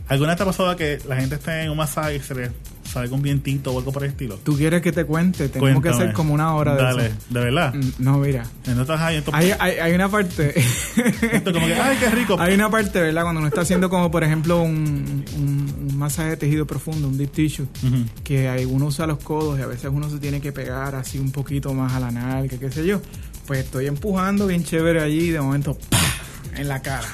[SPEAKER 2] ¿Alguna vez te ha pasado que la gente esté en un masaje y se le salga un vientito o algo por el estilo?
[SPEAKER 9] Tú quieres que te cuente, tenemos que
[SPEAKER 2] Cuéntame.
[SPEAKER 9] hacer como una hora de
[SPEAKER 2] Dale,
[SPEAKER 9] eso.
[SPEAKER 2] de verdad.
[SPEAKER 9] Mm, No, mira.
[SPEAKER 2] No estás ahí, entonces,
[SPEAKER 9] Hay, hay, hay una parte...
[SPEAKER 2] esto como que, ay, qué rico.
[SPEAKER 9] Hay una parte, ¿verdad? Cuando uno está haciendo como, por ejemplo, un, un- un masaje de tejido profundo, un deep tissue,
[SPEAKER 2] Ujú.
[SPEAKER 9] que hay- uno usa los codos y a veces uno se tiene que pegar así un poquito más a la nalga, qué sé yo. Pues estoy empujando bien chévere allí y de momento ¡pah! en la cara.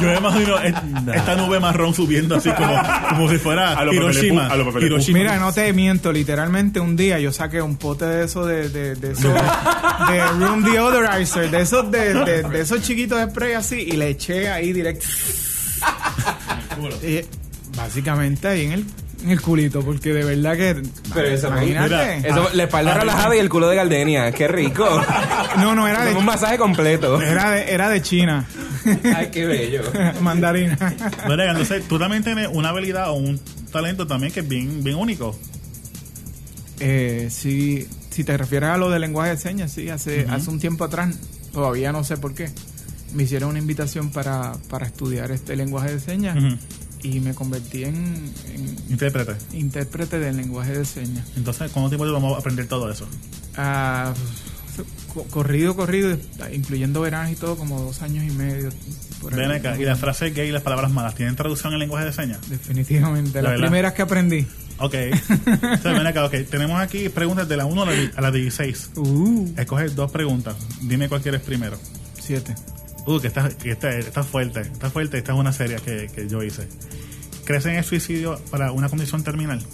[SPEAKER 2] Yo me imagino es- esta nube marrón subiendo así como, como si fuera
[SPEAKER 5] A los
[SPEAKER 2] Hiroshima.
[SPEAKER 5] papeles pu- a los papeles
[SPEAKER 2] Hiroshima.
[SPEAKER 9] Mira, no te miento, literalmente un día yo saqué un pote de eso de, de, de, eso- de room deodorizer, de esos de, de- de esos chiquitos de spray así y le eché ahí directo. Y, Eh, básicamente ahí en el, en el culito, porque de verdad que
[SPEAKER 4] Pero eso, ah,
[SPEAKER 9] imagínate.
[SPEAKER 2] mira,
[SPEAKER 4] Eso, la espalda relajada y el culo de Gardenia. Qué rico.
[SPEAKER 9] no, no era de
[SPEAKER 4] un masaje completo.
[SPEAKER 9] era de, era de China.
[SPEAKER 4] Ay, qué bello.
[SPEAKER 9] Mandarina.
[SPEAKER 2] Vale, entonces tú también tienes una habilidad o un talento también que es bien, bien único.
[SPEAKER 9] Eh, si, si te refieres a lo del lenguaje de señas, sí, hace, hace un tiempo atrás, todavía no sé por qué, me hicieron una invitación para, para estudiar este lenguaje de señas
[SPEAKER 2] Ujú.
[SPEAKER 9] y me convertí en, en
[SPEAKER 2] Intérprete.
[SPEAKER 9] intérprete del lenguaje de señas.
[SPEAKER 2] Entonces, ¿cuánto tiempo vamos a aprender todo eso?
[SPEAKER 9] Ah, co- corrido, corrido, incluyendo veranos y todo, como dos años y medio. por ahí.
[SPEAKER 2] Ven acá. Y las frases gay y las palabras malas, ¿tienen traducción en lenguaje de señas?
[SPEAKER 9] Definitivamente,
[SPEAKER 2] La
[SPEAKER 9] las
[SPEAKER 2] verdad.
[SPEAKER 9] primeras que aprendí.
[SPEAKER 2] Ok. Entonces, ven acá, ok. Tenemos aquí preguntas de la 1 a la di- a la 16.
[SPEAKER 9] Uh,
[SPEAKER 2] Escoge dos preguntas. Dime cuál quieres primero.
[SPEAKER 9] siete.
[SPEAKER 2] Uh, que está, que está, está fuerte, está fuerte. Esta es una serie que, que yo hice. ¿Crees en el suicidio para una condición terminal?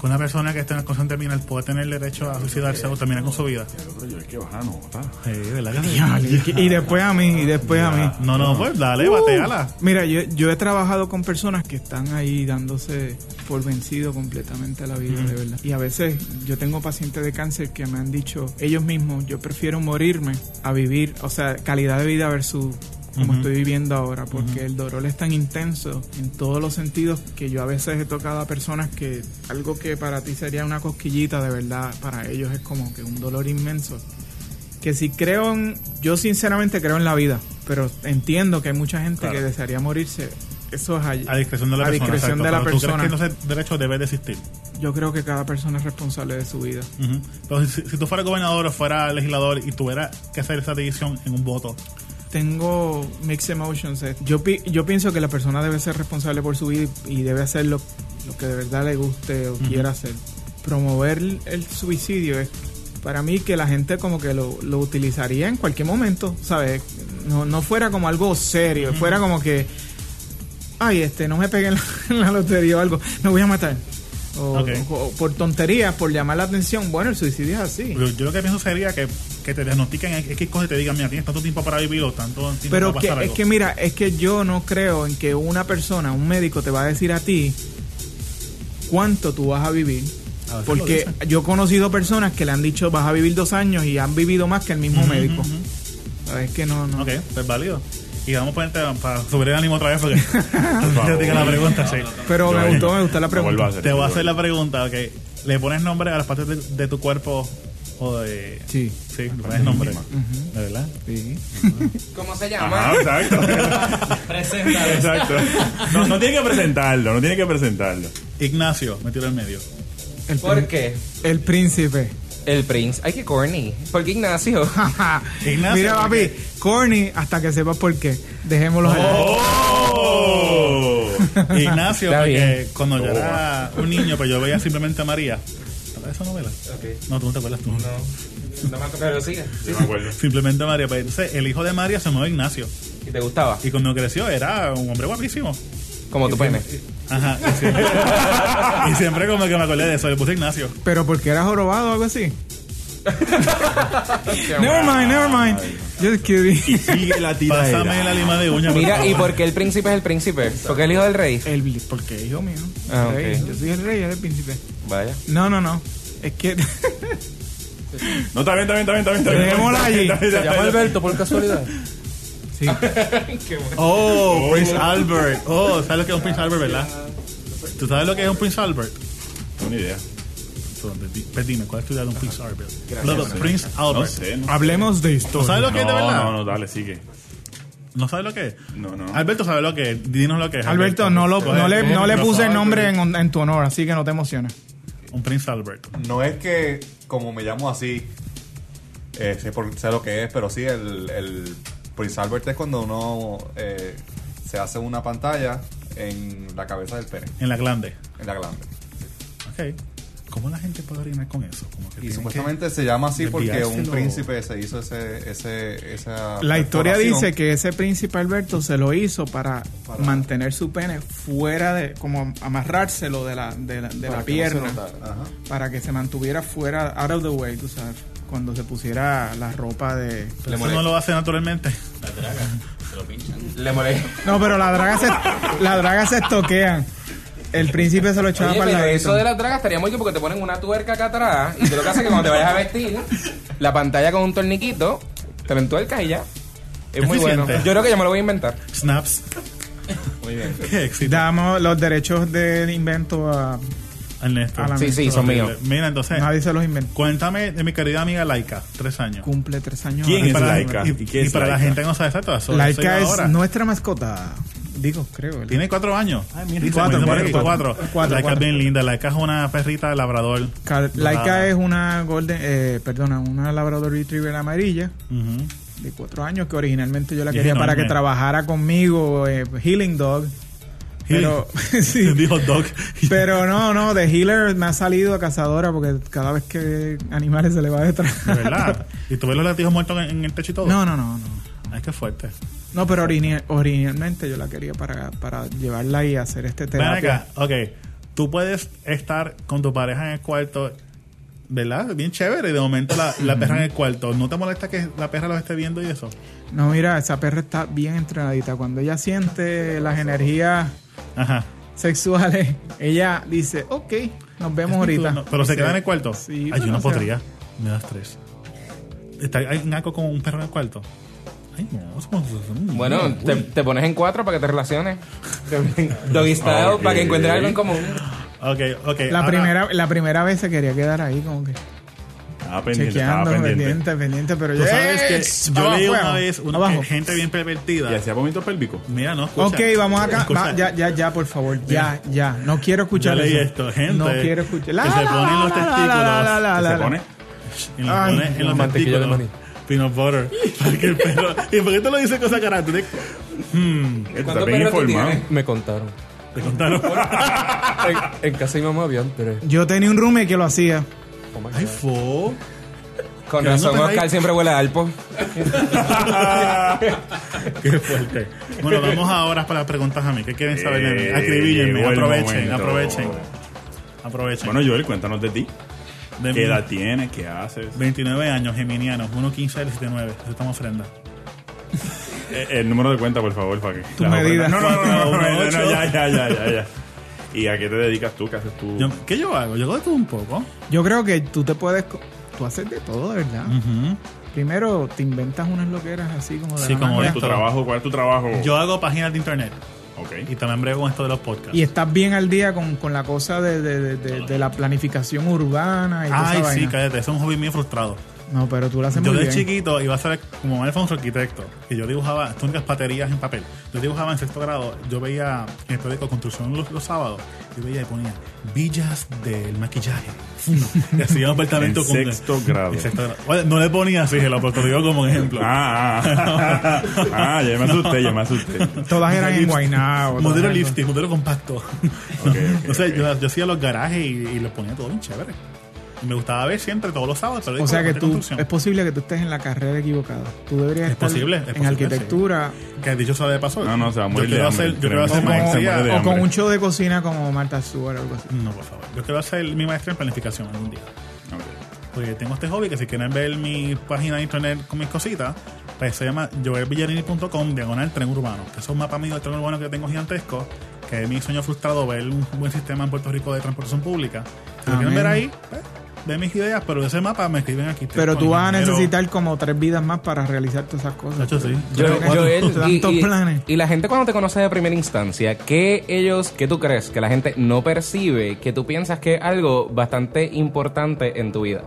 [SPEAKER 2] Que una persona que está en una condición terminal puede tener derecho a suicidarse o terminar con su vida.
[SPEAKER 5] Pero yo es que baja no, está.
[SPEAKER 2] Sí, ¿verdad que sí?
[SPEAKER 9] Diablo, y- y después a mí, y después a mí.
[SPEAKER 2] No, no, pues
[SPEAKER 9] Uh.
[SPEAKER 2] dale, bateala.
[SPEAKER 9] Mira, yo, yo he trabajado con personas que están ahí dándose por vencido completamente a la vida, de verdad. Y a veces yo tengo pacientes de cáncer que me han dicho ellos mismos, yo prefiero morirme a vivir, o sea, calidad de vida versus como
[SPEAKER 2] Ujú.
[SPEAKER 9] estoy viviendo ahora, porque el dolor es tan intenso en todos los sentidos que yo a veces he tocado a personas que algo que para ti sería una cosquillita, de verdad, para ellos es como que un dolor inmenso que si creo en, yo sinceramente creo en la vida, pero entiendo que hay mucha gente
[SPEAKER 2] Claro.
[SPEAKER 9] que desearía morirse. Eso es ahí.
[SPEAKER 2] A discreción de la
[SPEAKER 9] A
[SPEAKER 2] persona.
[SPEAKER 9] discreción de la
[SPEAKER 2] Pero tú crees
[SPEAKER 9] persona.
[SPEAKER 2] que entonces el derecho debe de existir.
[SPEAKER 9] Yo creo que cada persona es responsable de su vida.
[SPEAKER 2] Ujú. Pero si, si tú fueras gobernador o fueras legislador y tuvieras que hacer esa decisión en un voto,
[SPEAKER 9] Tengo mixed emotions. eh. Yo, pi- yo pienso que la persona debe ser responsable por su vida y y debe hacer lo, lo que de verdad le guste o quiera hacer. Promover el- el suicidio es para mí que la gente como que lo, lo utilizaría en cualquier momento, ¿sabes? No, no fuera como algo serio, fuera como que, ay, este, no me pegué en la, en la lotería o algo, me voy a matar. O,
[SPEAKER 2] Ok.
[SPEAKER 9] o- o por tonterías, por llamar la atención. Bueno, el suicidio es así.
[SPEAKER 2] Yo, yo lo que pienso sería que, que te diagnostiquen X cosas y te digan, mira, tienes tanto tiempo para vivir o tanto tiempo
[SPEAKER 9] Pero
[SPEAKER 2] para
[SPEAKER 9] que,
[SPEAKER 2] pasar
[SPEAKER 9] es
[SPEAKER 2] algo.
[SPEAKER 9] que mira, es que yo no creo en que una persona, un médico, te va a decir a ti cuánto tú vas a vivir.
[SPEAKER 2] A veces lo
[SPEAKER 9] Porque
[SPEAKER 2] dicen.
[SPEAKER 9] yo he conocido personas que le han dicho vas a vivir dos años y han vivido más que el mismo
[SPEAKER 2] Ujú,
[SPEAKER 9] médico.
[SPEAKER 2] ujú.
[SPEAKER 9] Es que no, no.
[SPEAKER 2] Ok, pues válido. Y vamos a ponerte para subir el ánimo otra vez porque te diga la pregunta, sí.
[SPEAKER 9] Pero me gustó, me gustó la pregunta.
[SPEAKER 2] Te voy a hacer la pregunta, ok. ¿Le pones nombre a las partes de, de tu cuerpo o de...?
[SPEAKER 9] Sí.
[SPEAKER 2] Sí, le pones nombre. ¿De verdad?
[SPEAKER 9] Sí.
[SPEAKER 4] ¿Cómo se
[SPEAKER 5] Ajá, exacto.
[SPEAKER 6] Presenta.
[SPEAKER 5] exacto. No, no tiene que presentarlo, no tiene que presentarlo.
[SPEAKER 2] Ignacio, me tiro al medio.
[SPEAKER 9] El,
[SPEAKER 4] ¿Por
[SPEAKER 9] prín-
[SPEAKER 4] qué?
[SPEAKER 9] el príncipe.
[SPEAKER 4] El Prince. Ay, qué corny. ¿Por qué Ignacio?
[SPEAKER 2] Ignacio,
[SPEAKER 9] Mira,
[SPEAKER 2] ¿por
[SPEAKER 9] papi, corny hasta que sepas por qué. Dejémoslo ahí.
[SPEAKER 5] ¡Oh!
[SPEAKER 2] Ignacio,
[SPEAKER 4] Está
[SPEAKER 2] porque
[SPEAKER 4] bien.
[SPEAKER 2] cuando yo era un niño, pues yo veía simplemente a María. ¿Sabes esa novela? No, tú no te acuerdas tú.
[SPEAKER 4] No. No me acuerdo, pero sigue.
[SPEAKER 5] Yo me acuerdo.
[SPEAKER 2] Simplemente María. Pues entonces, el hijo de María se llamaba Ignacio.
[SPEAKER 4] ¿Y te gustaba?
[SPEAKER 2] Y cuando creció era un hombre guapísimo.
[SPEAKER 4] Como tu pene.
[SPEAKER 2] Ajá. Y siempre, y siempre como que me acordé de eso, le puse Ignacio.
[SPEAKER 9] Pero porque era jorobado o algo así. never mind, never mind. Just kidding.
[SPEAKER 5] Sigue la
[SPEAKER 2] Pásame la lima de uña. por
[SPEAKER 4] Mira, ¿y
[SPEAKER 2] favor.
[SPEAKER 4] por qué el príncipe es el príncipe? Porque el hijo del rey.
[SPEAKER 9] El, porque hijo mío.
[SPEAKER 4] Ah,
[SPEAKER 9] El rey.
[SPEAKER 4] ok.
[SPEAKER 9] Yo soy el rey, él es el príncipe.
[SPEAKER 4] Vaya.
[SPEAKER 9] No, no, no. Es que
[SPEAKER 5] No, está bien, está bien, está bien, está bien, está bien.
[SPEAKER 9] Dejémosla allí.
[SPEAKER 5] Está bien, está
[SPEAKER 7] ¿Se
[SPEAKER 5] bien,
[SPEAKER 7] llama
[SPEAKER 5] está bien.
[SPEAKER 7] Alberto por casualidad?
[SPEAKER 9] sí.
[SPEAKER 2] Oh, Prince Albert. Oh, ¿sabes lo que es un Prince Albert, verdad? ¿Tú sabes lo que es un Prince Albert?
[SPEAKER 5] No, ni idea.
[SPEAKER 2] Tú, di- Pues dime, ¿cuál es tu idea de un Prince Albert? Lo de Prince
[SPEAKER 5] No
[SPEAKER 2] Albert.
[SPEAKER 5] sé, no sé.
[SPEAKER 9] Hablemos de
[SPEAKER 2] ¿No
[SPEAKER 9] historia.
[SPEAKER 2] sabes lo que es de verdad?
[SPEAKER 5] No, no, dale, sigue.
[SPEAKER 2] ¿No sabes lo que es?
[SPEAKER 5] No, no.
[SPEAKER 2] Alberto sabe lo que es. Dinos lo que es.
[SPEAKER 9] Alberto, no, lo, no, le, no le puse el nombre en, en tu honor, así que no te emociones.
[SPEAKER 2] Un Prince Albert.
[SPEAKER 8] No es que, como me llamo así, eh, sé, por- sé lo que es, pero sí, el, el Prince Albert es cuando uno eh, se hace una pantalla en la cabeza del pene,
[SPEAKER 2] En la glande.
[SPEAKER 8] en la glande.
[SPEAKER 2] Ok. ¿Cómo la gente puede orinar con eso? Como que
[SPEAKER 8] Y
[SPEAKER 2] tienen
[SPEAKER 8] supuestamente se llama así porque un
[SPEAKER 2] desviárselo.
[SPEAKER 8] príncipe se hizo ese, ese, esa.
[SPEAKER 9] La historia
[SPEAKER 8] perforación.
[SPEAKER 9] dice que ese príncipe Alberto se lo hizo para,
[SPEAKER 8] Para-
[SPEAKER 9] mantener su pene fuera de, como amarrárselo de la, de la, de la
[SPEAKER 8] Para que no se
[SPEAKER 9] pierna.
[SPEAKER 8] notara. Ajá.
[SPEAKER 9] para que se mantuviera fuera, out of the way, tú sabes, cuando se pusiera la ropa de...
[SPEAKER 2] que- Eso no lo hace naturalmente.
[SPEAKER 6] La traga. Se lo pinchan.
[SPEAKER 4] Le molesta.
[SPEAKER 9] No, pero la draga se, la draga se estoquean. El príncipe se lo echaba
[SPEAKER 4] Oye,
[SPEAKER 9] para
[SPEAKER 4] pero
[SPEAKER 9] la
[SPEAKER 4] eso de la draga estaría muy bien porque te ponen una tuerca acá atrás y tú lo que haces es que cuando te vayas a vestir, la pantalla con un torniquito, te lo entuercas y ya. Es muy bueno.
[SPEAKER 2] Eficiente.
[SPEAKER 4] Yo creo que yo me lo voy a inventar.
[SPEAKER 2] Snaps.
[SPEAKER 4] Muy bien.
[SPEAKER 2] Qué éxito.
[SPEAKER 9] Damos los derechos del invento a...
[SPEAKER 2] Ernesto.
[SPEAKER 9] A la-
[SPEAKER 4] Sí, sí, son
[SPEAKER 2] Horrible.
[SPEAKER 4] míos.
[SPEAKER 2] Mira, entonces,
[SPEAKER 9] Nadie se los inventó.
[SPEAKER 2] cuéntame de mi querida amiga Laika, tres años.
[SPEAKER 9] Cumple tres años.
[SPEAKER 5] ¿Quién
[SPEAKER 9] ahora.
[SPEAKER 5] es Laika?
[SPEAKER 2] para- Y,
[SPEAKER 5] ¿Y qué
[SPEAKER 2] y
[SPEAKER 5] es
[SPEAKER 2] para la
[SPEAKER 5] Laika?
[SPEAKER 2] gente que no sabe exacto, eso- eso iba
[SPEAKER 9] Laika es
[SPEAKER 2] ahora.
[SPEAKER 9] nuestra mascota. Digo, creo. ¿verdad?
[SPEAKER 2] Tiene cuatro años. Ay,
[SPEAKER 9] mira, cuatro,
[SPEAKER 2] cuatro,
[SPEAKER 9] cuatro,
[SPEAKER 2] cuatro.
[SPEAKER 9] cuatro,
[SPEAKER 2] Laika es
[SPEAKER 9] cuatro.
[SPEAKER 2] bien linda. Laika es una perrita de labrador.
[SPEAKER 9] Ca- Laika
[SPEAKER 2] Dorada.
[SPEAKER 9] es una golden, eh, perdona, una labrador retriever amarilla
[SPEAKER 2] Ujú.
[SPEAKER 9] de cuatro años que originalmente yo la
[SPEAKER 2] Y es
[SPEAKER 9] quería para
[SPEAKER 2] enorme.
[SPEAKER 9] que trabajara conmigo, eh, healing dog. Pero, sí.
[SPEAKER 2] Dijo Doc.
[SPEAKER 9] Pero no, no, de healer me ha salido a cazadora porque cada vez que animales se le va detrás.
[SPEAKER 2] De verdad. ¿Y tú ves los latidos muertos en, en el techo y todo?
[SPEAKER 9] No, no, no, no.
[SPEAKER 2] Ay, qué fuerte.
[SPEAKER 9] No, pero origina- originalmente yo la quería para, para llevarla y hacer este
[SPEAKER 2] Ven
[SPEAKER 9] terapia.
[SPEAKER 2] acá, ok. Tú puedes estar con tu pareja en el cuarto, ¿verdad? Bien chévere. Y de momento la, la perra en el cuarto. ¿No te molesta que la perra lo esté viendo y eso?
[SPEAKER 9] No, mira, esa perra está bien entrenadita. Cuando ella siente las energías
[SPEAKER 2] Ajá.
[SPEAKER 9] sexuales, ella dice, ok, nos vemos ahorita.
[SPEAKER 2] No, pero se queda en el cuarto.
[SPEAKER 9] Sí,
[SPEAKER 2] Ay,
[SPEAKER 9] pero
[SPEAKER 2] yo no
[SPEAKER 9] o sea-
[SPEAKER 2] podría. Me das tres. Está, hay un aco con un perro en el cuarto. Ay, no. eso-
[SPEAKER 4] Bueno, te, te pones en cuatro para que te relaciones. Doggy style
[SPEAKER 5] Ok.
[SPEAKER 4] para que encuentres algo en común.
[SPEAKER 2] Ok, ok.
[SPEAKER 9] La
[SPEAKER 2] ahora-
[SPEAKER 9] primera, la primera vez se quería quedar ahí como que
[SPEAKER 5] Estaba pendiente, estaba
[SPEAKER 9] chequeando,
[SPEAKER 5] pendiente.
[SPEAKER 9] pendiente, pendiente, pero
[SPEAKER 2] Tú
[SPEAKER 9] yo...
[SPEAKER 2] sabes que
[SPEAKER 9] ¡Ech!
[SPEAKER 2] yo
[SPEAKER 9] Abajo,
[SPEAKER 2] leí una
[SPEAKER 9] abajo,
[SPEAKER 2] vez una
[SPEAKER 9] abajo.
[SPEAKER 2] gente bien pervertida.
[SPEAKER 5] ¿Y hacía vómito pélvico?
[SPEAKER 2] Mira, no escucha.
[SPEAKER 9] Ok, vamos acá.
[SPEAKER 2] Escucha.
[SPEAKER 9] Va, ya, ya, ya, por favor. Ya, ya. No quiero
[SPEAKER 2] Yo
[SPEAKER 9] escuchar
[SPEAKER 2] leí
[SPEAKER 9] eso.
[SPEAKER 2] esto, gente.
[SPEAKER 9] No quiero escuchar. La,
[SPEAKER 2] que se
[SPEAKER 9] la,
[SPEAKER 2] ponen
[SPEAKER 9] la,
[SPEAKER 2] los
[SPEAKER 9] la, la,
[SPEAKER 2] testículos.
[SPEAKER 9] la, la, la,
[SPEAKER 2] que
[SPEAKER 9] la,
[SPEAKER 5] ¿Se
[SPEAKER 9] la.
[SPEAKER 5] pone?
[SPEAKER 2] Y los
[SPEAKER 9] Ay,
[SPEAKER 2] ponen en los
[SPEAKER 4] mantequilla de
[SPEAKER 2] testículos.
[SPEAKER 4] maní.
[SPEAKER 2] Peanut butter. Para que el perro. ¿Y por qué te lo dice cosa característica?
[SPEAKER 5] Está bien informado.
[SPEAKER 4] Me contaron.
[SPEAKER 2] Te contaron.
[SPEAKER 4] En, en casa de mi mamá habían tres.
[SPEAKER 9] Yo tenía un roommate que lo hacía.
[SPEAKER 2] Ay, fo.
[SPEAKER 4] Con
[SPEAKER 2] Que
[SPEAKER 4] razón,
[SPEAKER 2] no te
[SPEAKER 4] Oscar
[SPEAKER 2] raíz.
[SPEAKER 4] siempre huele a Alpo.
[SPEAKER 2] Qué fuerte. Bueno, vamos ahora para las preguntas a mí. ¿Qué quieren saber de mí?
[SPEAKER 5] Eh,
[SPEAKER 2] Acribíllenme.
[SPEAKER 5] llegó el
[SPEAKER 2] Aprovechen,
[SPEAKER 5] momento.
[SPEAKER 2] aprovechen. Aprovechen.
[SPEAKER 5] Bueno, Joel, cuéntanos de ti.
[SPEAKER 2] De
[SPEAKER 5] ¿Qué
[SPEAKER 2] mí.
[SPEAKER 5] edad tienes? ¿Qué haces?
[SPEAKER 2] 29 años, geminianos, 1.15 del 79. Eso estamos ofrenda.
[SPEAKER 5] Eh, el número de cuenta, por favor, para que.
[SPEAKER 9] Tus
[SPEAKER 5] las
[SPEAKER 9] medidas.
[SPEAKER 5] ofrendas- No, no, no, no, no, no, no,
[SPEAKER 2] Cuatro,
[SPEAKER 5] ya, ya, ya, ya, ya. ¿Y a qué te dedicas tú? ¿Qué haces tú?
[SPEAKER 2] Yo- ¿Qué yo hago? Yo hago de todo un poco.
[SPEAKER 9] Yo creo que tú te puedes. co- Tú haces de todo, de verdad.
[SPEAKER 2] Ujú.
[SPEAKER 9] Primero te inventas unas loqueras así como de
[SPEAKER 2] Sí,
[SPEAKER 9] la
[SPEAKER 2] como
[SPEAKER 9] nada.
[SPEAKER 5] ¿Cuál es
[SPEAKER 2] de
[SPEAKER 5] tu
[SPEAKER 2] esto.
[SPEAKER 5] trabajo? ¿Cuál es tu trabajo?
[SPEAKER 2] Yo hago páginas de internet.
[SPEAKER 5] Ok.
[SPEAKER 2] Y también brego con esto de los podcasts.
[SPEAKER 9] Y estás bien al día con, con la cosa de, de- de- de- de la planificación urbana y toda
[SPEAKER 2] Ay,
[SPEAKER 9] esa
[SPEAKER 2] sí,
[SPEAKER 9] vaina.
[SPEAKER 2] cállate. Eso es un hobby mío frustrado.
[SPEAKER 9] No, pero tú la haces
[SPEAKER 2] Yo
[SPEAKER 9] muy
[SPEAKER 2] de
[SPEAKER 9] bien.
[SPEAKER 2] chiquito iba a ser como Alfonso Arquitecto, que yo dibujaba túnicas paterías en papel. Yo dibujaba en sexto grado, yo veía en el periódico Construcción los, los sábados, yo veía y ponía villas del maquillaje. No, y hacía un apartamento
[SPEAKER 5] En
[SPEAKER 2] con.
[SPEAKER 5] sexto grado.
[SPEAKER 2] en sexto grado. Bueno, no le ponía así, lo pero te lo digo como ejemplo.
[SPEAKER 5] Ah, ah, ah, ah, ya me asusté, ya me asusté.
[SPEAKER 9] Todas eran en Guaynabo. todas
[SPEAKER 2] Modelo
[SPEAKER 9] eran-
[SPEAKER 2] lipstick, modelo compacto.
[SPEAKER 5] ok,
[SPEAKER 2] no sé,
[SPEAKER 5] ok.
[SPEAKER 2] Yo, yo hacía los garajes y, y los ponía todo bien chévere. Y me gustaba ver siempre todos los sábados. el periódico
[SPEAKER 9] O sea
[SPEAKER 2] de
[SPEAKER 9] que
[SPEAKER 2] Parte
[SPEAKER 9] tú,
[SPEAKER 2] Construcción.
[SPEAKER 9] es posible que tú estés en la carrera equivocada. Tú deberías
[SPEAKER 2] Es
[SPEAKER 9] estar
[SPEAKER 2] posible, es
[SPEAKER 9] en
[SPEAKER 2] posible,
[SPEAKER 9] arquitectura
[SPEAKER 2] Que dicho sea de paso.
[SPEAKER 5] No, no, se va a morir de
[SPEAKER 2] Yo quiero
[SPEAKER 5] hambre.
[SPEAKER 2] hacer, yo quiero
[SPEAKER 5] Créeme,
[SPEAKER 2] hacer
[SPEAKER 5] se muere- se muere de
[SPEAKER 2] maestría.
[SPEAKER 9] o con
[SPEAKER 5] hambre.
[SPEAKER 9] un show de cocina como Marta Stewart o algo así.
[SPEAKER 2] No, por favor. Yo quiero hacer mi maestría en planificación algún día.
[SPEAKER 5] Ok.
[SPEAKER 2] Porque tengo este hobby que si quieren ver mi página de internet con mis cositas, pues se llama joelvillarini.com diagonal tren urbano. Que es un mapa mío de tren urbano que tengo gigantesco. Que es mi sueño frustrado ver un buen sistema en Puerto Rico de transportación pública. Si lo quieren
[SPEAKER 9] Amén.
[SPEAKER 2] ver ahí, pues, de mis ideas, pero ese mapa me escriben aquí.
[SPEAKER 9] Pero tú vas a
[SPEAKER 2] Ingeniero-
[SPEAKER 9] necesitar como tres vidas más para realizar todas esas
[SPEAKER 2] De
[SPEAKER 9] cosas.
[SPEAKER 2] hecho, sí.
[SPEAKER 4] Yo-
[SPEAKER 9] Cuatro.
[SPEAKER 4] Joel,
[SPEAKER 9] Te dan
[SPEAKER 4] y,
[SPEAKER 9] todos
[SPEAKER 4] y-
[SPEAKER 9] planes.
[SPEAKER 4] y la gente cuando te conoce de primera instancia, ¿qué ellos, qué tú crees que la gente no percibe que tú piensas que es algo bastante importante en tu vida?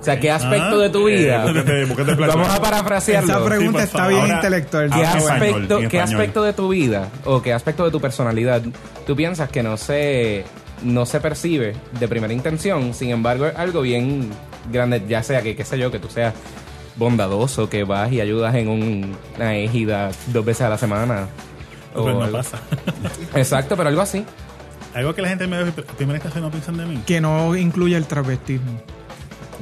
[SPEAKER 4] O sea, ¿qué
[SPEAKER 2] Ah,
[SPEAKER 4] aspecto de tu vida?
[SPEAKER 5] eh, búscate- búscate el placer.
[SPEAKER 4] Vamos a parafrasearlo.
[SPEAKER 9] Esa pregunta
[SPEAKER 2] por
[SPEAKER 9] está
[SPEAKER 2] favor.
[SPEAKER 9] bien
[SPEAKER 5] Ahora-
[SPEAKER 9] intelectual.
[SPEAKER 4] ¿Qué,
[SPEAKER 5] Ah, en español,
[SPEAKER 4] aspecto,
[SPEAKER 5] en
[SPEAKER 4] ¿qué
[SPEAKER 5] español.
[SPEAKER 4] aspecto de tu vida o qué aspecto de tu personalidad tú piensas que no se, no se percibe de primera intención? Sin embargo, es algo bien grande, ya sea que, qué sé yo, que tú seas bondadoso, que vas y ayudas en un- una égida dos veces a la semana. o
[SPEAKER 2] Pues no
[SPEAKER 4] algo.
[SPEAKER 2] pasa.
[SPEAKER 4] Exacto, pero algo así.
[SPEAKER 2] Algo que la gente me ve de primera instancia no piensan de mí.
[SPEAKER 9] Que no incluye el travestismo.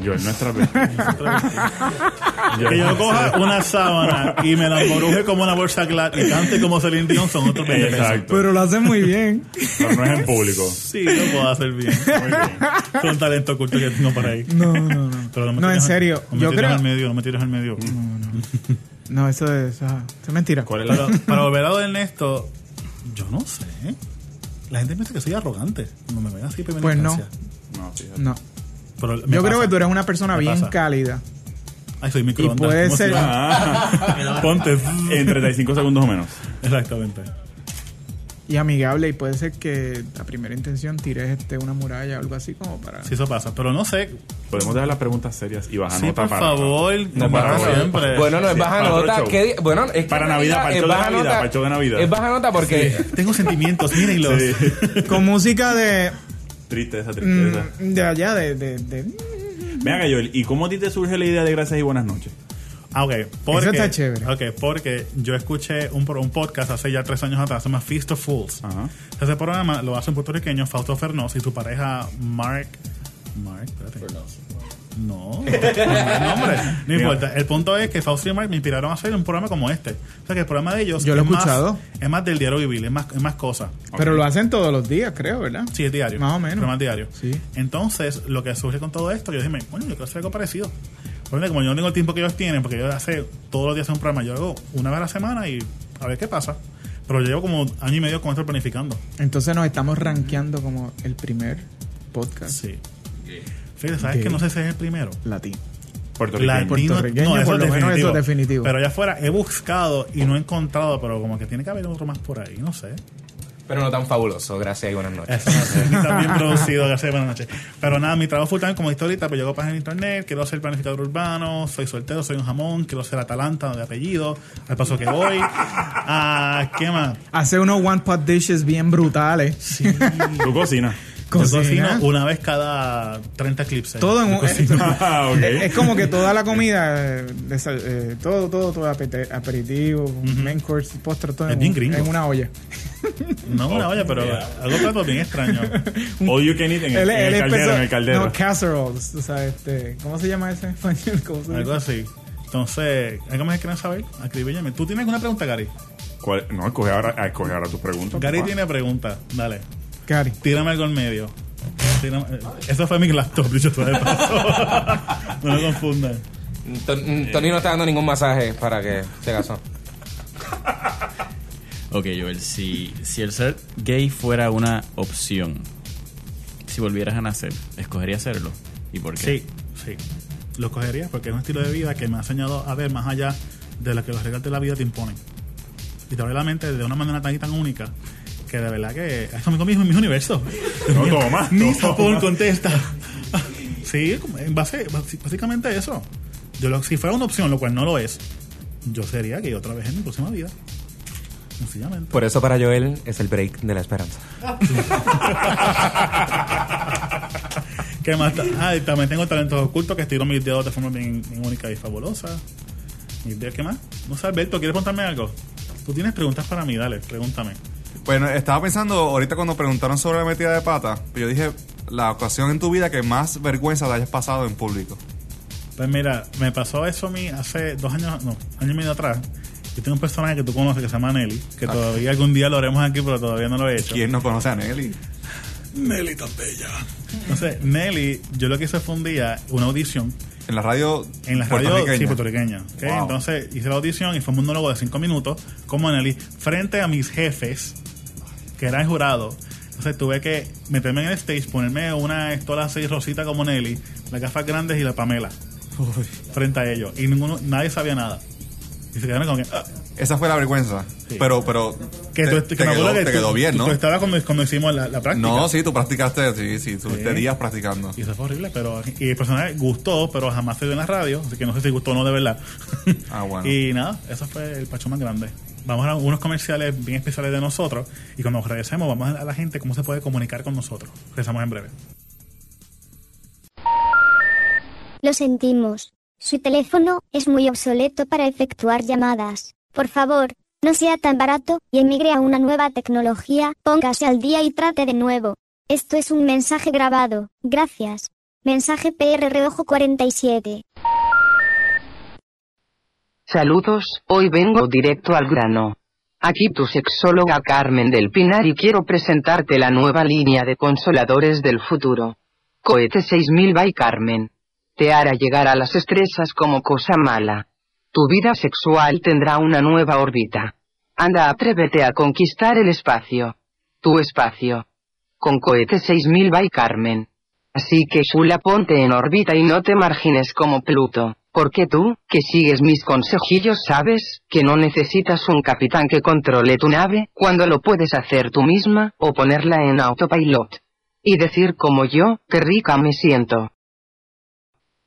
[SPEAKER 5] Yo, el nuestra vez.
[SPEAKER 2] Que yo coja una sábana y me la embruje como una bolsa glad y cante como Celine Dion son otros 20 pesos.
[SPEAKER 5] Exacto.
[SPEAKER 9] Pero lo haces muy bien.
[SPEAKER 5] Pero no es en público.
[SPEAKER 2] Sí, lo puedo hacer bien.
[SPEAKER 5] Muy bien.
[SPEAKER 2] Con talento oculto que tengo por ahí.
[SPEAKER 9] No, no, no.
[SPEAKER 2] Pero me
[SPEAKER 9] No, en
[SPEAKER 2] tires al-
[SPEAKER 9] serio,
[SPEAKER 2] No me
[SPEAKER 9] yo
[SPEAKER 2] tires
[SPEAKER 9] creo-
[SPEAKER 2] al medio, no me tires al medio.
[SPEAKER 9] No, eso es, ah, eso es mentira.
[SPEAKER 5] ¿Cuál es
[SPEAKER 2] Pero
[SPEAKER 5] la.?
[SPEAKER 2] para volver a lo de Ernesto, yo no sé. La gente piensa que soy arrogante. No me ven así primera
[SPEAKER 9] Pues no.
[SPEAKER 2] instancia.
[SPEAKER 5] No, fíjate.
[SPEAKER 9] No.
[SPEAKER 2] Pero me
[SPEAKER 9] Yo creo
[SPEAKER 2] pasa.
[SPEAKER 9] que tú eres una persona
[SPEAKER 2] Me
[SPEAKER 9] bien
[SPEAKER 2] pasa.
[SPEAKER 9] cálida.
[SPEAKER 2] Ay, soy
[SPEAKER 9] Y
[SPEAKER 2] microondas.
[SPEAKER 9] puede
[SPEAKER 2] ¿Cómo se
[SPEAKER 9] ser.
[SPEAKER 2] llama? Ponte.
[SPEAKER 5] Ah, En 35 segundos o menos.
[SPEAKER 2] Exactamente.
[SPEAKER 9] Y amigable, y puede ser que la primera intención tires este, una muralla o algo así como para.
[SPEAKER 2] Sí, eso pasa. Pero no sé.
[SPEAKER 5] Podemos dejar las preguntas serias y bajar
[SPEAKER 2] Sí,
[SPEAKER 5] nota
[SPEAKER 2] por
[SPEAKER 5] para-
[SPEAKER 2] favor. No para
[SPEAKER 5] para-
[SPEAKER 2] siempre.
[SPEAKER 4] Bueno, no es
[SPEAKER 5] sí,
[SPEAKER 4] baja
[SPEAKER 5] para otro
[SPEAKER 4] nota.
[SPEAKER 5] show.
[SPEAKER 4] ¿qué di- bueno, es que
[SPEAKER 5] Para
[SPEAKER 4] en
[SPEAKER 5] Navidad,
[SPEAKER 4] realidad
[SPEAKER 5] para el
[SPEAKER 4] es
[SPEAKER 5] show de
[SPEAKER 4] baja
[SPEAKER 5] Navidad,
[SPEAKER 4] nota-
[SPEAKER 5] para el show de Navidad.
[SPEAKER 4] Es baja nota porque
[SPEAKER 2] Tengo sentimientos, mírenlos.
[SPEAKER 5] Sí.
[SPEAKER 9] Con música de.
[SPEAKER 5] Triste esa tristeza.
[SPEAKER 9] mm, de allá, de. de, de-
[SPEAKER 5] Mira, Joel, ¿y cómo a ti te surge la idea de gracias y buenas noches?
[SPEAKER 2] Ah, ok. Porque,
[SPEAKER 9] Eso está chévere.
[SPEAKER 2] Ok, porque yo escuché un, pro- un podcast hace ya tres años atrás, se llama Feast of Fools.
[SPEAKER 5] Ajá.
[SPEAKER 2] Ese programa lo hace un puertorriqueño, Fausto Fernós, y su pareja Mark. Mark, espérate. No, no es nombre. No importa. El punto es que Fausto y Mark me inspiraron a hacer un programa como este. O sea que el programa de ellos
[SPEAKER 9] Yo lo he
[SPEAKER 2] es, más-
[SPEAKER 9] escuchado.
[SPEAKER 2] es más del diario vivir, es más, es más cosas.
[SPEAKER 9] Pero lo hacen todos los días, creo, ¿verdad?
[SPEAKER 2] Sí, es diario.
[SPEAKER 9] Más o menos.
[SPEAKER 2] Pero más diario.
[SPEAKER 9] Sí.
[SPEAKER 2] Entonces, lo que surge con todo esto, yo dije, bueno, yo quiero hacer algo parecido. Porque como yo no tengo el tiempo que ellos tienen, porque yo hace todos los días hacen un programa, yo hago una vez a la semana y a ver qué pasa. Pero yo llevo como año y medio con esto planificando.
[SPEAKER 9] Entonces nos estamos rankeando como el primer podcast
[SPEAKER 2] Sí. Fíjate, ¿sabes
[SPEAKER 9] Ok.
[SPEAKER 2] que no sé si es el primero?
[SPEAKER 9] latino.
[SPEAKER 5] Puerto Rico.
[SPEAKER 2] Latino-
[SPEAKER 9] Puertorriqueño,
[SPEAKER 2] no, eso
[SPEAKER 9] por
[SPEAKER 2] es
[SPEAKER 9] lo menos
[SPEAKER 2] definitivo.
[SPEAKER 9] eso es definitivo.
[SPEAKER 2] Pero allá afuera he buscado y no he encontrado, pero como que tiene que haber otro más por ahí, no sé.
[SPEAKER 4] Pero no tan fabuloso. Gracias y buenas noches.
[SPEAKER 2] Eso, no sé. también producido, gracias, buenas noches. Pero nada, mi trabajo full time, como historita, pues yo hago página en internet, quiero ser planificador urbano, soy soltero, soy un jamón, quiero ser Atalanta de apellido, al paso que voy. Ah, ¿Qué más?
[SPEAKER 9] Hace unos one pot dishes bien brutales.
[SPEAKER 2] Sí.
[SPEAKER 5] Tú cocinas.
[SPEAKER 2] Yo
[SPEAKER 9] Cocina.
[SPEAKER 2] cocino una vez cada 30 clips.
[SPEAKER 9] Todo en un.
[SPEAKER 5] Ah, ok.
[SPEAKER 9] Es como que toda la comida, eh, desa- eh, todo, todo, todo, apete- aperitivo, main course, postre, todo
[SPEAKER 2] Es
[SPEAKER 9] en,
[SPEAKER 2] bien
[SPEAKER 9] un-
[SPEAKER 2] gringo.
[SPEAKER 9] en una olla.
[SPEAKER 2] No, una olla, pero algo plato bien extraño.
[SPEAKER 5] All you can eat en el,
[SPEAKER 9] Él-
[SPEAKER 5] en el
[SPEAKER 9] él
[SPEAKER 5] caldero.
[SPEAKER 9] empezó-
[SPEAKER 5] en el caldero.
[SPEAKER 9] No, casseroles, o sea, este, ¿cómo se llama ese en español? ¿Cómo se
[SPEAKER 2] Algo
[SPEAKER 9] dice?
[SPEAKER 2] así. Entonces, ¿algo más que quieran saber? Escríbeme. ¿Tú tienes alguna pregunta, Gary?
[SPEAKER 5] ¿Cuál? No, escoge ahora, ah, escoge ahora tus preguntas.
[SPEAKER 2] Gary
[SPEAKER 5] papá.
[SPEAKER 2] tiene pregunta. Dale.
[SPEAKER 9] Cari.
[SPEAKER 2] Tírame algo en medio. Sí, no, eh, esa fue mi laptop, dicho sea de paso. no me confundan.
[SPEAKER 4] Ton- mm, Tony no está dando ningún masaje para que se casó.
[SPEAKER 6] Ok, Joel, si, si el ser gay fuera una opción, si volvieras a nacer, ¿escogerías serlo? ¿Y por qué?
[SPEAKER 2] Sí, sí. Lo cogería porque es un estilo de vida que me ha enseñado a ver más allá de lo que los regalos de la vida te imponen. Y te abre la mente de una manera tan y tan única que de verdad que eso me comienza en mis universos.
[SPEAKER 5] No, toma,
[SPEAKER 2] Mi
[SPEAKER 5] toma.
[SPEAKER 2] Japón contesta. sí, como en base, basi- básicamente eso. Yo lo- si fuera una opción, lo cual no lo es, yo sería que otra vez en mi próxima vida. Sencillamente.
[SPEAKER 4] Por eso para Joel es el break de la esperanza.
[SPEAKER 2] ¿Qué más? ta- Ah, y también tengo talentos ocultos que estiro mis dedos de forma bien, bien única y fabulosa. Mis dedos, ¿qué más? No sé, Alberto, ¿quieres contarme algo? Tú tienes preguntas para mí, dale, pregúntame.
[SPEAKER 8] Bueno, estaba pensando ahorita cuando preguntaron sobre la metida de pata, pues yo dije la ocasión en tu vida que más vergüenza te hayas pasado en público.
[SPEAKER 2] Pues mira, me pasó eso a mí hace dos años, no, año y medio atrás. Yo tengo un personaje que tú conoces que se llama Nelly, que todavía algún día lo haremos aquí, pero todavía no lo he hecho.
[SPEAKER 8] ¿Quién no conoce a Nelly?
[SPEAKER 2] Nelly tan bella. Entonces, Nelly, yo lo que hice fue un día, una audición,
[SPEAKER 8] En la radio
[SPEAKER 2] En las radios
[SPEAKER 8] puertorriqueña.
[SPEAKER 2] sí, puertorriqueña. ¿ok?
[SPEAKER 8] Wow.
[SPEAKER 2] Entonces hice la audición y fue un monólogo de cinco minutos como Nelly frente a mis jefes, que eran jurados. Entonces tuve que meterme en el stage, ponerme una estola así rosita como Nelly, las gafas grandes y la Pamela frente a ellos. Y ninguno, nadie sabía nada. Y se quedaron como que... "Ah".
[SPEAKER 8] Esa fue la vergüenza.
[SPEAKER 2] Sí.
[SPEAKER 8] Pero, pero
[SPEAKER 2] Que
[SPEAKER 8] te,
[SPEAKER 2] tú-
[SPEAKER 8] te
[SPEAKER 2] que me
[SPEAKER 8] quedó,
[SPEAKER 2] acuerdo que
[SPEAKER 8] te
[SPEAKER 2] tú-
[SPEAKER 8] quedó bien,
[SPEAKER 2] tú-
[SPEAKER 8] ¿no?
[SPEAKER 2] Tú estabas cuando, cuando hicimos la, la práctica.
[SPEAKER 8] No, sí, tú practicaste, sí, sí, tuviste
[SPEAKER 2] Sí.
[SPEAKER 8] días practicando.
[SPEAKER 2] Y eso fue horrible, pero. Y el personaje gustó, pero jamás se dio en la radio, así que no sé si gustó o no de verdad.
[SPEAKER 8] Ah, bueno.
[SPEAKER 2] Y nada, eso fue el pacho más grande. Vamos a unos comerciales bien especiales de nosotros y cuando regresemos vamos a la gente cómo se puede comunicar con nosotros. Regresamos en breve.
[SPEAKER 10] Lo sentimos. Su teléfono es muy obsoleto para efectuar llamadas. Por favor, no sea tan barato y emigre a una nueva tecnología. Póngase al día y trate de nuevo. Esto es un mensaje grabado. Gracias. Mensaje PR Reojo 47.
[SPEAKER 11] Saludos, hoy vengo directo al grano. Aquí tu sexóloga Carmen del Pinar y quiero presentarte la nueva línea de consoladores del futuro. Cohete 6000 by Carmen. Te hará llegar a las estrellas como cosa mala. Tu vida sexual tendrá una nueva órbita. Anda, atrévete a conquistar el espacio. Tu espacio. Con cohete 6000 by Carmen. Así que Shula ponte en órbita y no te margines como Pluto, porque tú, que sigues mis consejillos, sabes que no necesitas un capitán que controle tu nave cuando lo puedes hacer tú misma o ponerla en autopilot. Y decir como yo, qué rica me siento.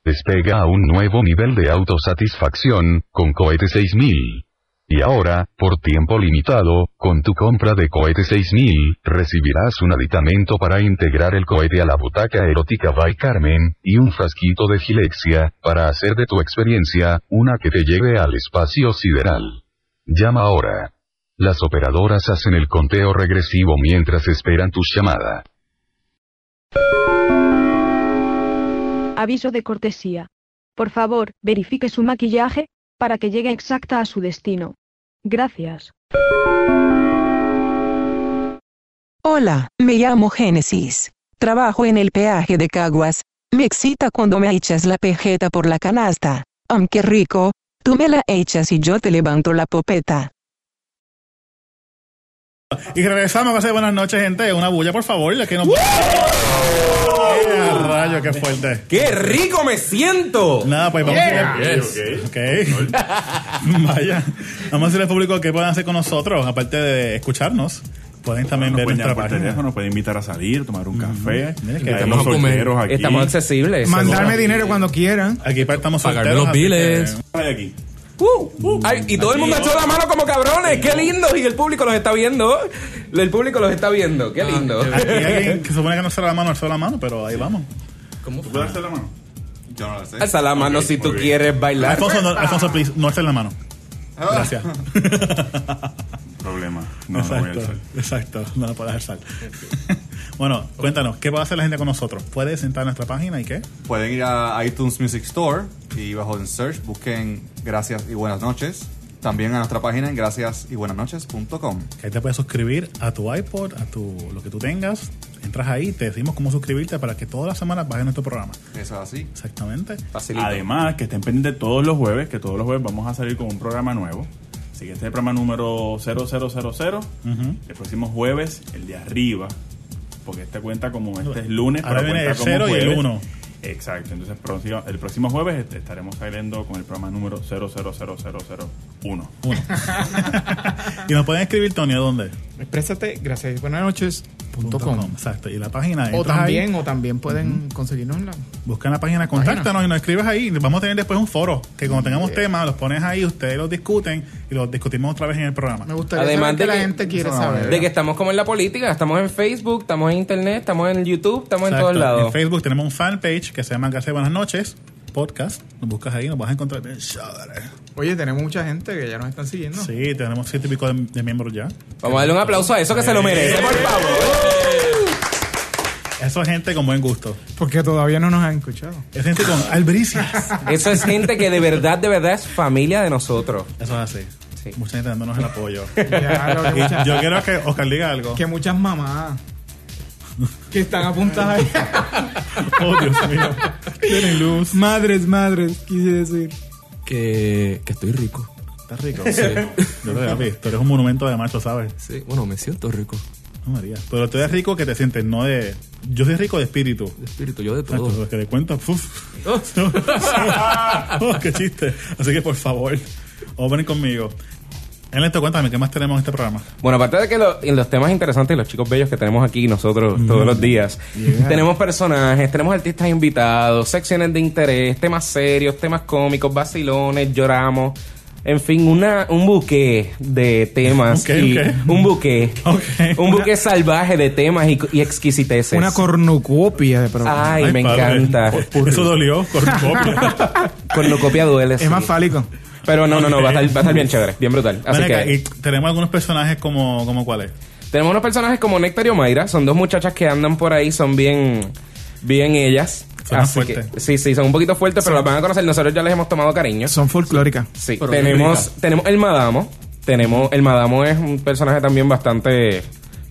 [SPEAKER 12] Despega a un nuevo nivel de autosatisfacción, con cohete 6000. Y ahora, por tiempo limitado, con tu compra de cohete 6000, recibirás un aditamento para integrar el cohete a la butaca erótica by Carmen, y un frasquito de Gilexia, para hacer de tu experiencia, una que te lleve al espacio sideral. Llama ahora. Las operadoras hacen el conteo regresivo mientras esperan tu llamada.
[SPEAKER 13] Aviso de cortesía. Por favor, verifique su maquillaje, para que llegue exacta a su destino. Gracias.
[SPEAKER 14] Hola, me llamo Génesis. Trabajo en el peaje de Caguas. Me excita cuando me echas la pejeta por la canasta. Aunque rico, tú me la echas y yo te levanto la popeta.
[SPEAKER 2] Y regresamos, hacer buenas noches, gente. Una bulla, por favor, la que nos. ¡Eh, rayo, qué fuerte!
[SPEAKER 4] ¡Qué rico me siento!
[SPEAKER 2] Nada, pues vamos a ir-
[SPEAKER 5] Ok, ok.
[SPEAKER 2] Ok. Vaya. Vamos a decirle al público qué pueden hacer con nosotros, aparte de escucharnos. Pueden también
[SPEAKER 5] Nos
[SPEAKER 2] ver
[SPEAKER 5] pueden llamar por
[SPEAKER 2] nuestra página.
[SPEAKER 5] pues teléfono, nos pueden invitar a salir, tomar un café.
[SPEAKER 2] Mira
[SPEAKER 5] Estamos
[SPEAKER 2] que estamos
[SPEAKER 4] a comer.
[SPEAKER 5] solteros aquí.
[SPEAKER 4] Estamos accesibles.
[SPEAKER 9] Mandarme
[SPEAKER 4] seguro.
[SPEAKER 9] dinero cuando quieran.
[SPEAKER 2] Aquí pues, estamos
[SPEAKER 7] Pagarme
[SPEAKER 2] solteros,
[SPEAKER 7] los
[SPEAKER 2] así que-
[SPEAKER 7] biles.
[SPEAKER 5] Ay, aquí.
[SPEAKER 4] Uh, uh. Ay, y todo el mundo echó la mano como cabrones. ¡Qué lindo! Y el público los está viendo. El público los está viendo. ¡Qué lindo!
[SPEAKER 2] Aquí hay alguien que se supone que no alzó la mano, alzó la mano, pero ahí vamos.
[SPEAKER 4] ¿Cómo
[SPEAKER 5] ¿Tú puedes hacer la mano?
[SPEAKER 8] Yo no lo sé.
[SPEAKER 4] Alza la mano si tú
[SPEAKER 5] muy bien.
[SPEAKER 4] quieres bailar.
[SPEAKER 2] Alfonso, no, Alfonso, please, no alzar la mano. Gracias.
[SPEAKER 5] Problema. Ah. No, no voy a
[SPEAKER 2] exacto,
[SPEAKER 5] alzar.
[SPEAKER 2] exacto. No la puedes alzar. bueno, cuéntanos, ¿qué va a hacer la gente con nosotros? Puede sentar en nuestra página y qué?
[SPEAKER 8] Pueden ir a iTunes Music Store y bajo en search busquen Gracias y Buenas Noches. También a nuestra página en graciasybuenasnoches.com.
[SPEAKER 2] Que ahí te puedes suscribir a tu iPod, a tu lo que tú tengas, entras ahí, te decimos cómo suscribirte para que todas las semanas bajes nuestro programa.
[SPEAKER 8] Eso es así.
[SPEAKER 2] Exactamente.
[SPEAKER 5] Además, que estén pendientes todos los jueves, que todos los jueves vamos a salir con un programa nuevo. Así que este es el programa número 0000.
[SPEAKER 2] Ujú.
[SPEAKER 5] El próximo jueves, el de arriba. Porque este cuenta como este es lunes,
[SPEAKER 2] Ahora viene
[SPEAKER 5] cuenta
[SPEAKER 2] el
[SPEAKER 5] como
[SPEAKER 2] cero y el
[SPEAKER 5] jueves.
[SPEAKER 2] uno.
[SPEAKER 5] Exacto. Entonces, próximo- el próximo jueves este, estaremos saliendo con el programa número 000001.
[SPEAKER 2] Y nos pueden escribir, Tony, ¿a dónde?
[SPEAKER 9] Exprésate, gracias y buenas noches. punto com.
[SPEAKER 2] Exacto. Y la página
[SPEAKER 9] O
[SPEAKER 2] entras ahí,
[SPEAKER 9] también, o también pueden conseguirnos en la.
[SPEAKER 2] Buscan la página, contáctanos y nos escribes ahí. Vamos a tener después un foro que cuando tengamos temas los pones ahí, ustedes los discuten y los discutimos otra vez en el programa. Me
[SPEAKER 9] gustaría Además saber de qué la que- gente quiere saber.
[SPEAKER 4] De que estamos como en la política, estamos en Facebook, estamos en Internet, estamos en YouTube, estamos en
[SPEAKER 2] Exacto.
[SPEAKER 4] todos
[SPEAKER 2] En
[SPEAKER 4] lados.
[SPEAKER 2] Facebook tenemos un fanpage que se llama Gracias Buenas Noches Podcast. Nos buscas ahí, nos vas a encontrar. Bien chévere.
[SPEAKER 9] Oye, tenemos mucha gente que ya nos están siguiendo.
[SPEAKER 2] Sí, tenemos siete y pico de, de miembros ya.
[SPEAKER 4] Vamos a darle un aplauso a eso que se lo merece, por favor.
[SPEAKER 2] Eso es gente con buen gusto.
[SPEAKER 9] Porque todavía no nos han escuchado.
[SPEAKER 2] Es gente con albricias.
[SPEAKER 4] Eso es gente que de verdad, de verdad es familia de nosotros.
[SPEAKER 2] Eso es así. Mucha gente dándonos el apoyo.
[SPEAKER 9] Ya, lo que mucha-
[SPEAKER 2] Y yo quiero que Oscar diga algo.
[SPEAKER 9] Que muchas mamás que están apuntadas ahí.
[SPEAKER 2] Oh, Dios mío. Tienen luz.
[SPEAKER 9] Madres, madres, quise decir.
[SPEAKER 7] Que, que estoy rico.
[SPEAKER 2] Estás rico.
[SPEAKER 7] Sí.
[SPEAKER 2] Yo creo que, papi, tú eres un monumento de macho, ¿sabes?
[SPEAKER 7] Sí, bueno, me siento rico.
[SPEAKER 2] No, María. Pero tú eres rico que te sientes, no de. Yo soy rico de espíritu. De
[SPEAKER 7] espíritu, yo de
[SPEAKER 2] todo.
[SPEAKER 4] Oh.
[SPEAKER 2] que de cuenta, ¡puf! Oh, ¡Qué chiste! Así que por favor, obren conmigo. Ernesto, cuéntame, ¿qué más tenemos en este programa?
[SPEAKER 4] Bueno, aparte de que lo- y los temas interesantes y los chicos bellos que tenemos aquí nosotros todos los días,
[SPEAKER 2] Yeah.
[SPEAKER 4] tenemos personajes, tenemos artistas invitados, secciones de interés, temas serios, temas cómicos, vacilones, lloramos. En fin, una, un buque de temas.
[SPEAKER 9] Ok,
[SPEAKER 4] y
[SPEAKER 9] ok.
[SPEAKER 4] Un buque. Un buque salvaje de temas y, y exquisiteces.
[SPEAKER 9] Una cornucopia de
[SPEAKER 2] Ah,
[SPEAKER 9] programa.
[SPEAKER 4] Ay, me encanta.
[SPEAKER 2] Oh, Eso dolió. Cornucopia.
[SPEAKER 4] Cornucopia duele.
[SPEAKER 9] Es más fálico.
[SPEAKER 4] Pero no, no, no,
[SPEAKER 2] Ok.
[SPEAKER 4] va a, estar, va a estar bien chévere, bien brutal. Así
[SPEAKER 2] Ven acá,
[SPEAKER 4] que
[SPEAKER 2] y tenemos algunos personajes como, como cuáles.
[SPEAKER 4] tenemos unos personajes como Néctar y Omaira, son dos muchachas que andan por ahí, son bien, bien ellas.
[SPEAKER 2] Son más
[SPEAKER 4] Así que-
[SPEAKER 2] fuertes.
[SPEAKER 4] sí, sí, son un poquito fuertes, pero las van a conocer. Nosotros ya les hemos tomado cariño.
[SPEAKER 9] Son folclóricas.
[SPEAKER 4] Sí, tenemos, tenemos el Madamo. Tenemos, el Madamo es un personaje también bastante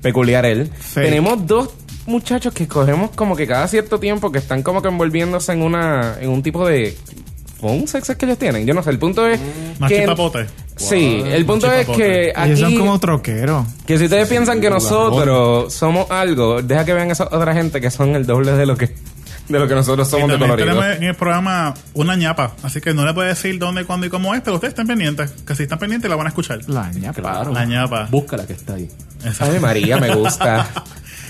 [SPEAKER 4] peculiar él. Tenemos dos muchachos que cogemos como que cada cierto tiempo que están como que envolviéndose en una, en un tipo de phone sex es que ellos tienen. Yo no sé, el punto es que...
[SPEAKER 2] Machipapote.
[SPEAKER 4] Sí, el punto es que
[SPEAKER 9] Y
[SPEAKER 4] aquí...
[SPEAKER 9] son como troqueros.
[SPEAKER 4] Que si ustedes piensan que
[SPEAKER 9] sí,
[SPEAKER 4] nosotros somos algo, deja que vean a esa otra gente que son el doble de lo que, de lo que nosotros somos
[SPEAKER 2] Y
[SPEAKER 4] de
[SPEAKER 2] también
[SPEAKER 4] colorido.
[SPEAKER 2] tenemos en el programa una ñapa, así que no le puedo decir dónde, cuándo y cómo es, pero ustedes estén pendientes, que si están pendientes la van a escuchar.
[SPEAKER 9] La ñapa.
[SPEAKER 2] Claro. La ñapa.
[SPEAKER 7] Búscala que está ahí.
[SPEAKER 4] Ave María, me gusta.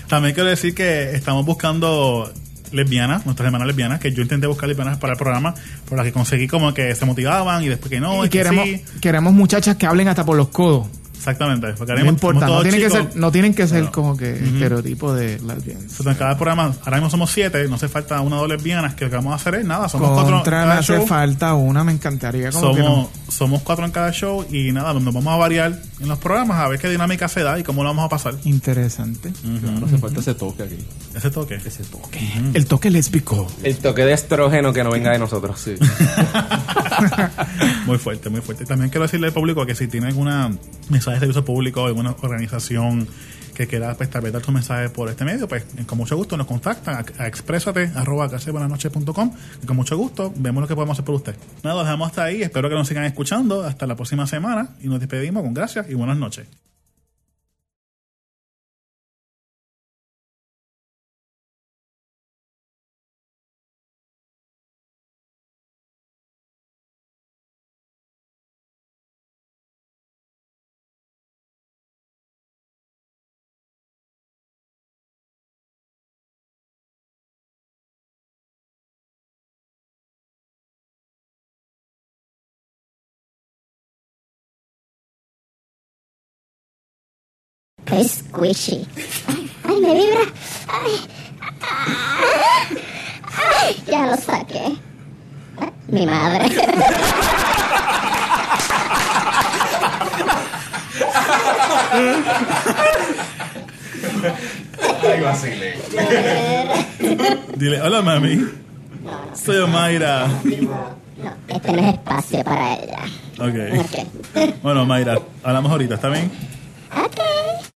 [SPEAKER 2] También quiero decir que estamos buscando lesbianas, nuestras hermanas lesbianas, que yo intenté buscar lesbianas para el programa, pero las que conseguí como que se motivaban y después que no,
[SPEAKER 9] y
[SPEAKER 2] es que
[SPEAKER 9] queremos,
[SPEAKER 2] sí.
[SPEAKER 9] queremos muchachas que hablen hasta por los codos.
[SPEAKER 2] Exactamente, porque
[SPEAKER 9] No
[SPEAKER 2] haremos-
[SPEAKER 9] importa,
[SPEAKER 2] somos
[SPEAKER 9] no
[SPEAKER 2] todos
[SPEAKER 9] tienen, que
[SPEAKER 2] chicos.
[SPEAKER 9] ser, no tienen que ser como que
[SPEAKER 2] Ujú.
[SPEAKER 9] estereotipo de lesbianas.
[SPEAKER 2] Entonces, en cada programa, ahora mismo somos siete, no hace falta una o dos lesbianas, que lo que vamos a hacer es nada, somos cuatro en
[SPEAKER 9] Contra, me
[SPEAKER 2] cada
[SPEAKER 9] hace
[SPEAKER 2] show.
[SPEAKER 9] falta una, me encantaría. Como que
[SPEAKER 2] Somos,
[SPEAKER 9] no.
[SPEAKER 2] somos cuatro en cada show y nada, nos vamos a variar en los programas a ver qué dinámica se da y cómo lo vamos a pasar.
[SPEAKER 9] Interesante.
[SPEAKER 2] Ujú.
[SPEAKER 7] No hace falta ese toque aquí.
[SPEAKER 2] Ese toque.
[SPEAKER 7] Ese toque.
[SPEAKER 9] El toque lésbico.
[SPEAKER 4] El toque de estrógeno que no venga de nosotros. Sí.
[SPEAKER 2] Muy fuerte, muy fuerte. También quiero decirle al público que si tiene alguna mensaje de servicio público, alguna organización que quiera pues, tal vez dar su mensaje por este medio, pues con mucho gusto nos contactan a, a exprésate arroba casebuenasnoches.com y con mucho gusto vemos lo que podemos hacer por usted. Nada, lo dejamos hasta ahí. Espero que nos sigan escuchando. Hasta la próxima semana y nos despedimos con gracias y buenas noches.
[SPEAKER 10] Squishy. Ay, me vibra. Ay. Ay, ya lo saqué. Mi madre.
[SPEAKER 3] Ay, vacile.
[SPEAKER 2] Dile, hola mami. Soy Omaira.
[SPEAKER 10] Este no es espacio para ella.
[SPEAKER 2] Ok. Bueno, Mayra, hablamos ahorita, ¿está bien?
[SPEAKER 10] Ok.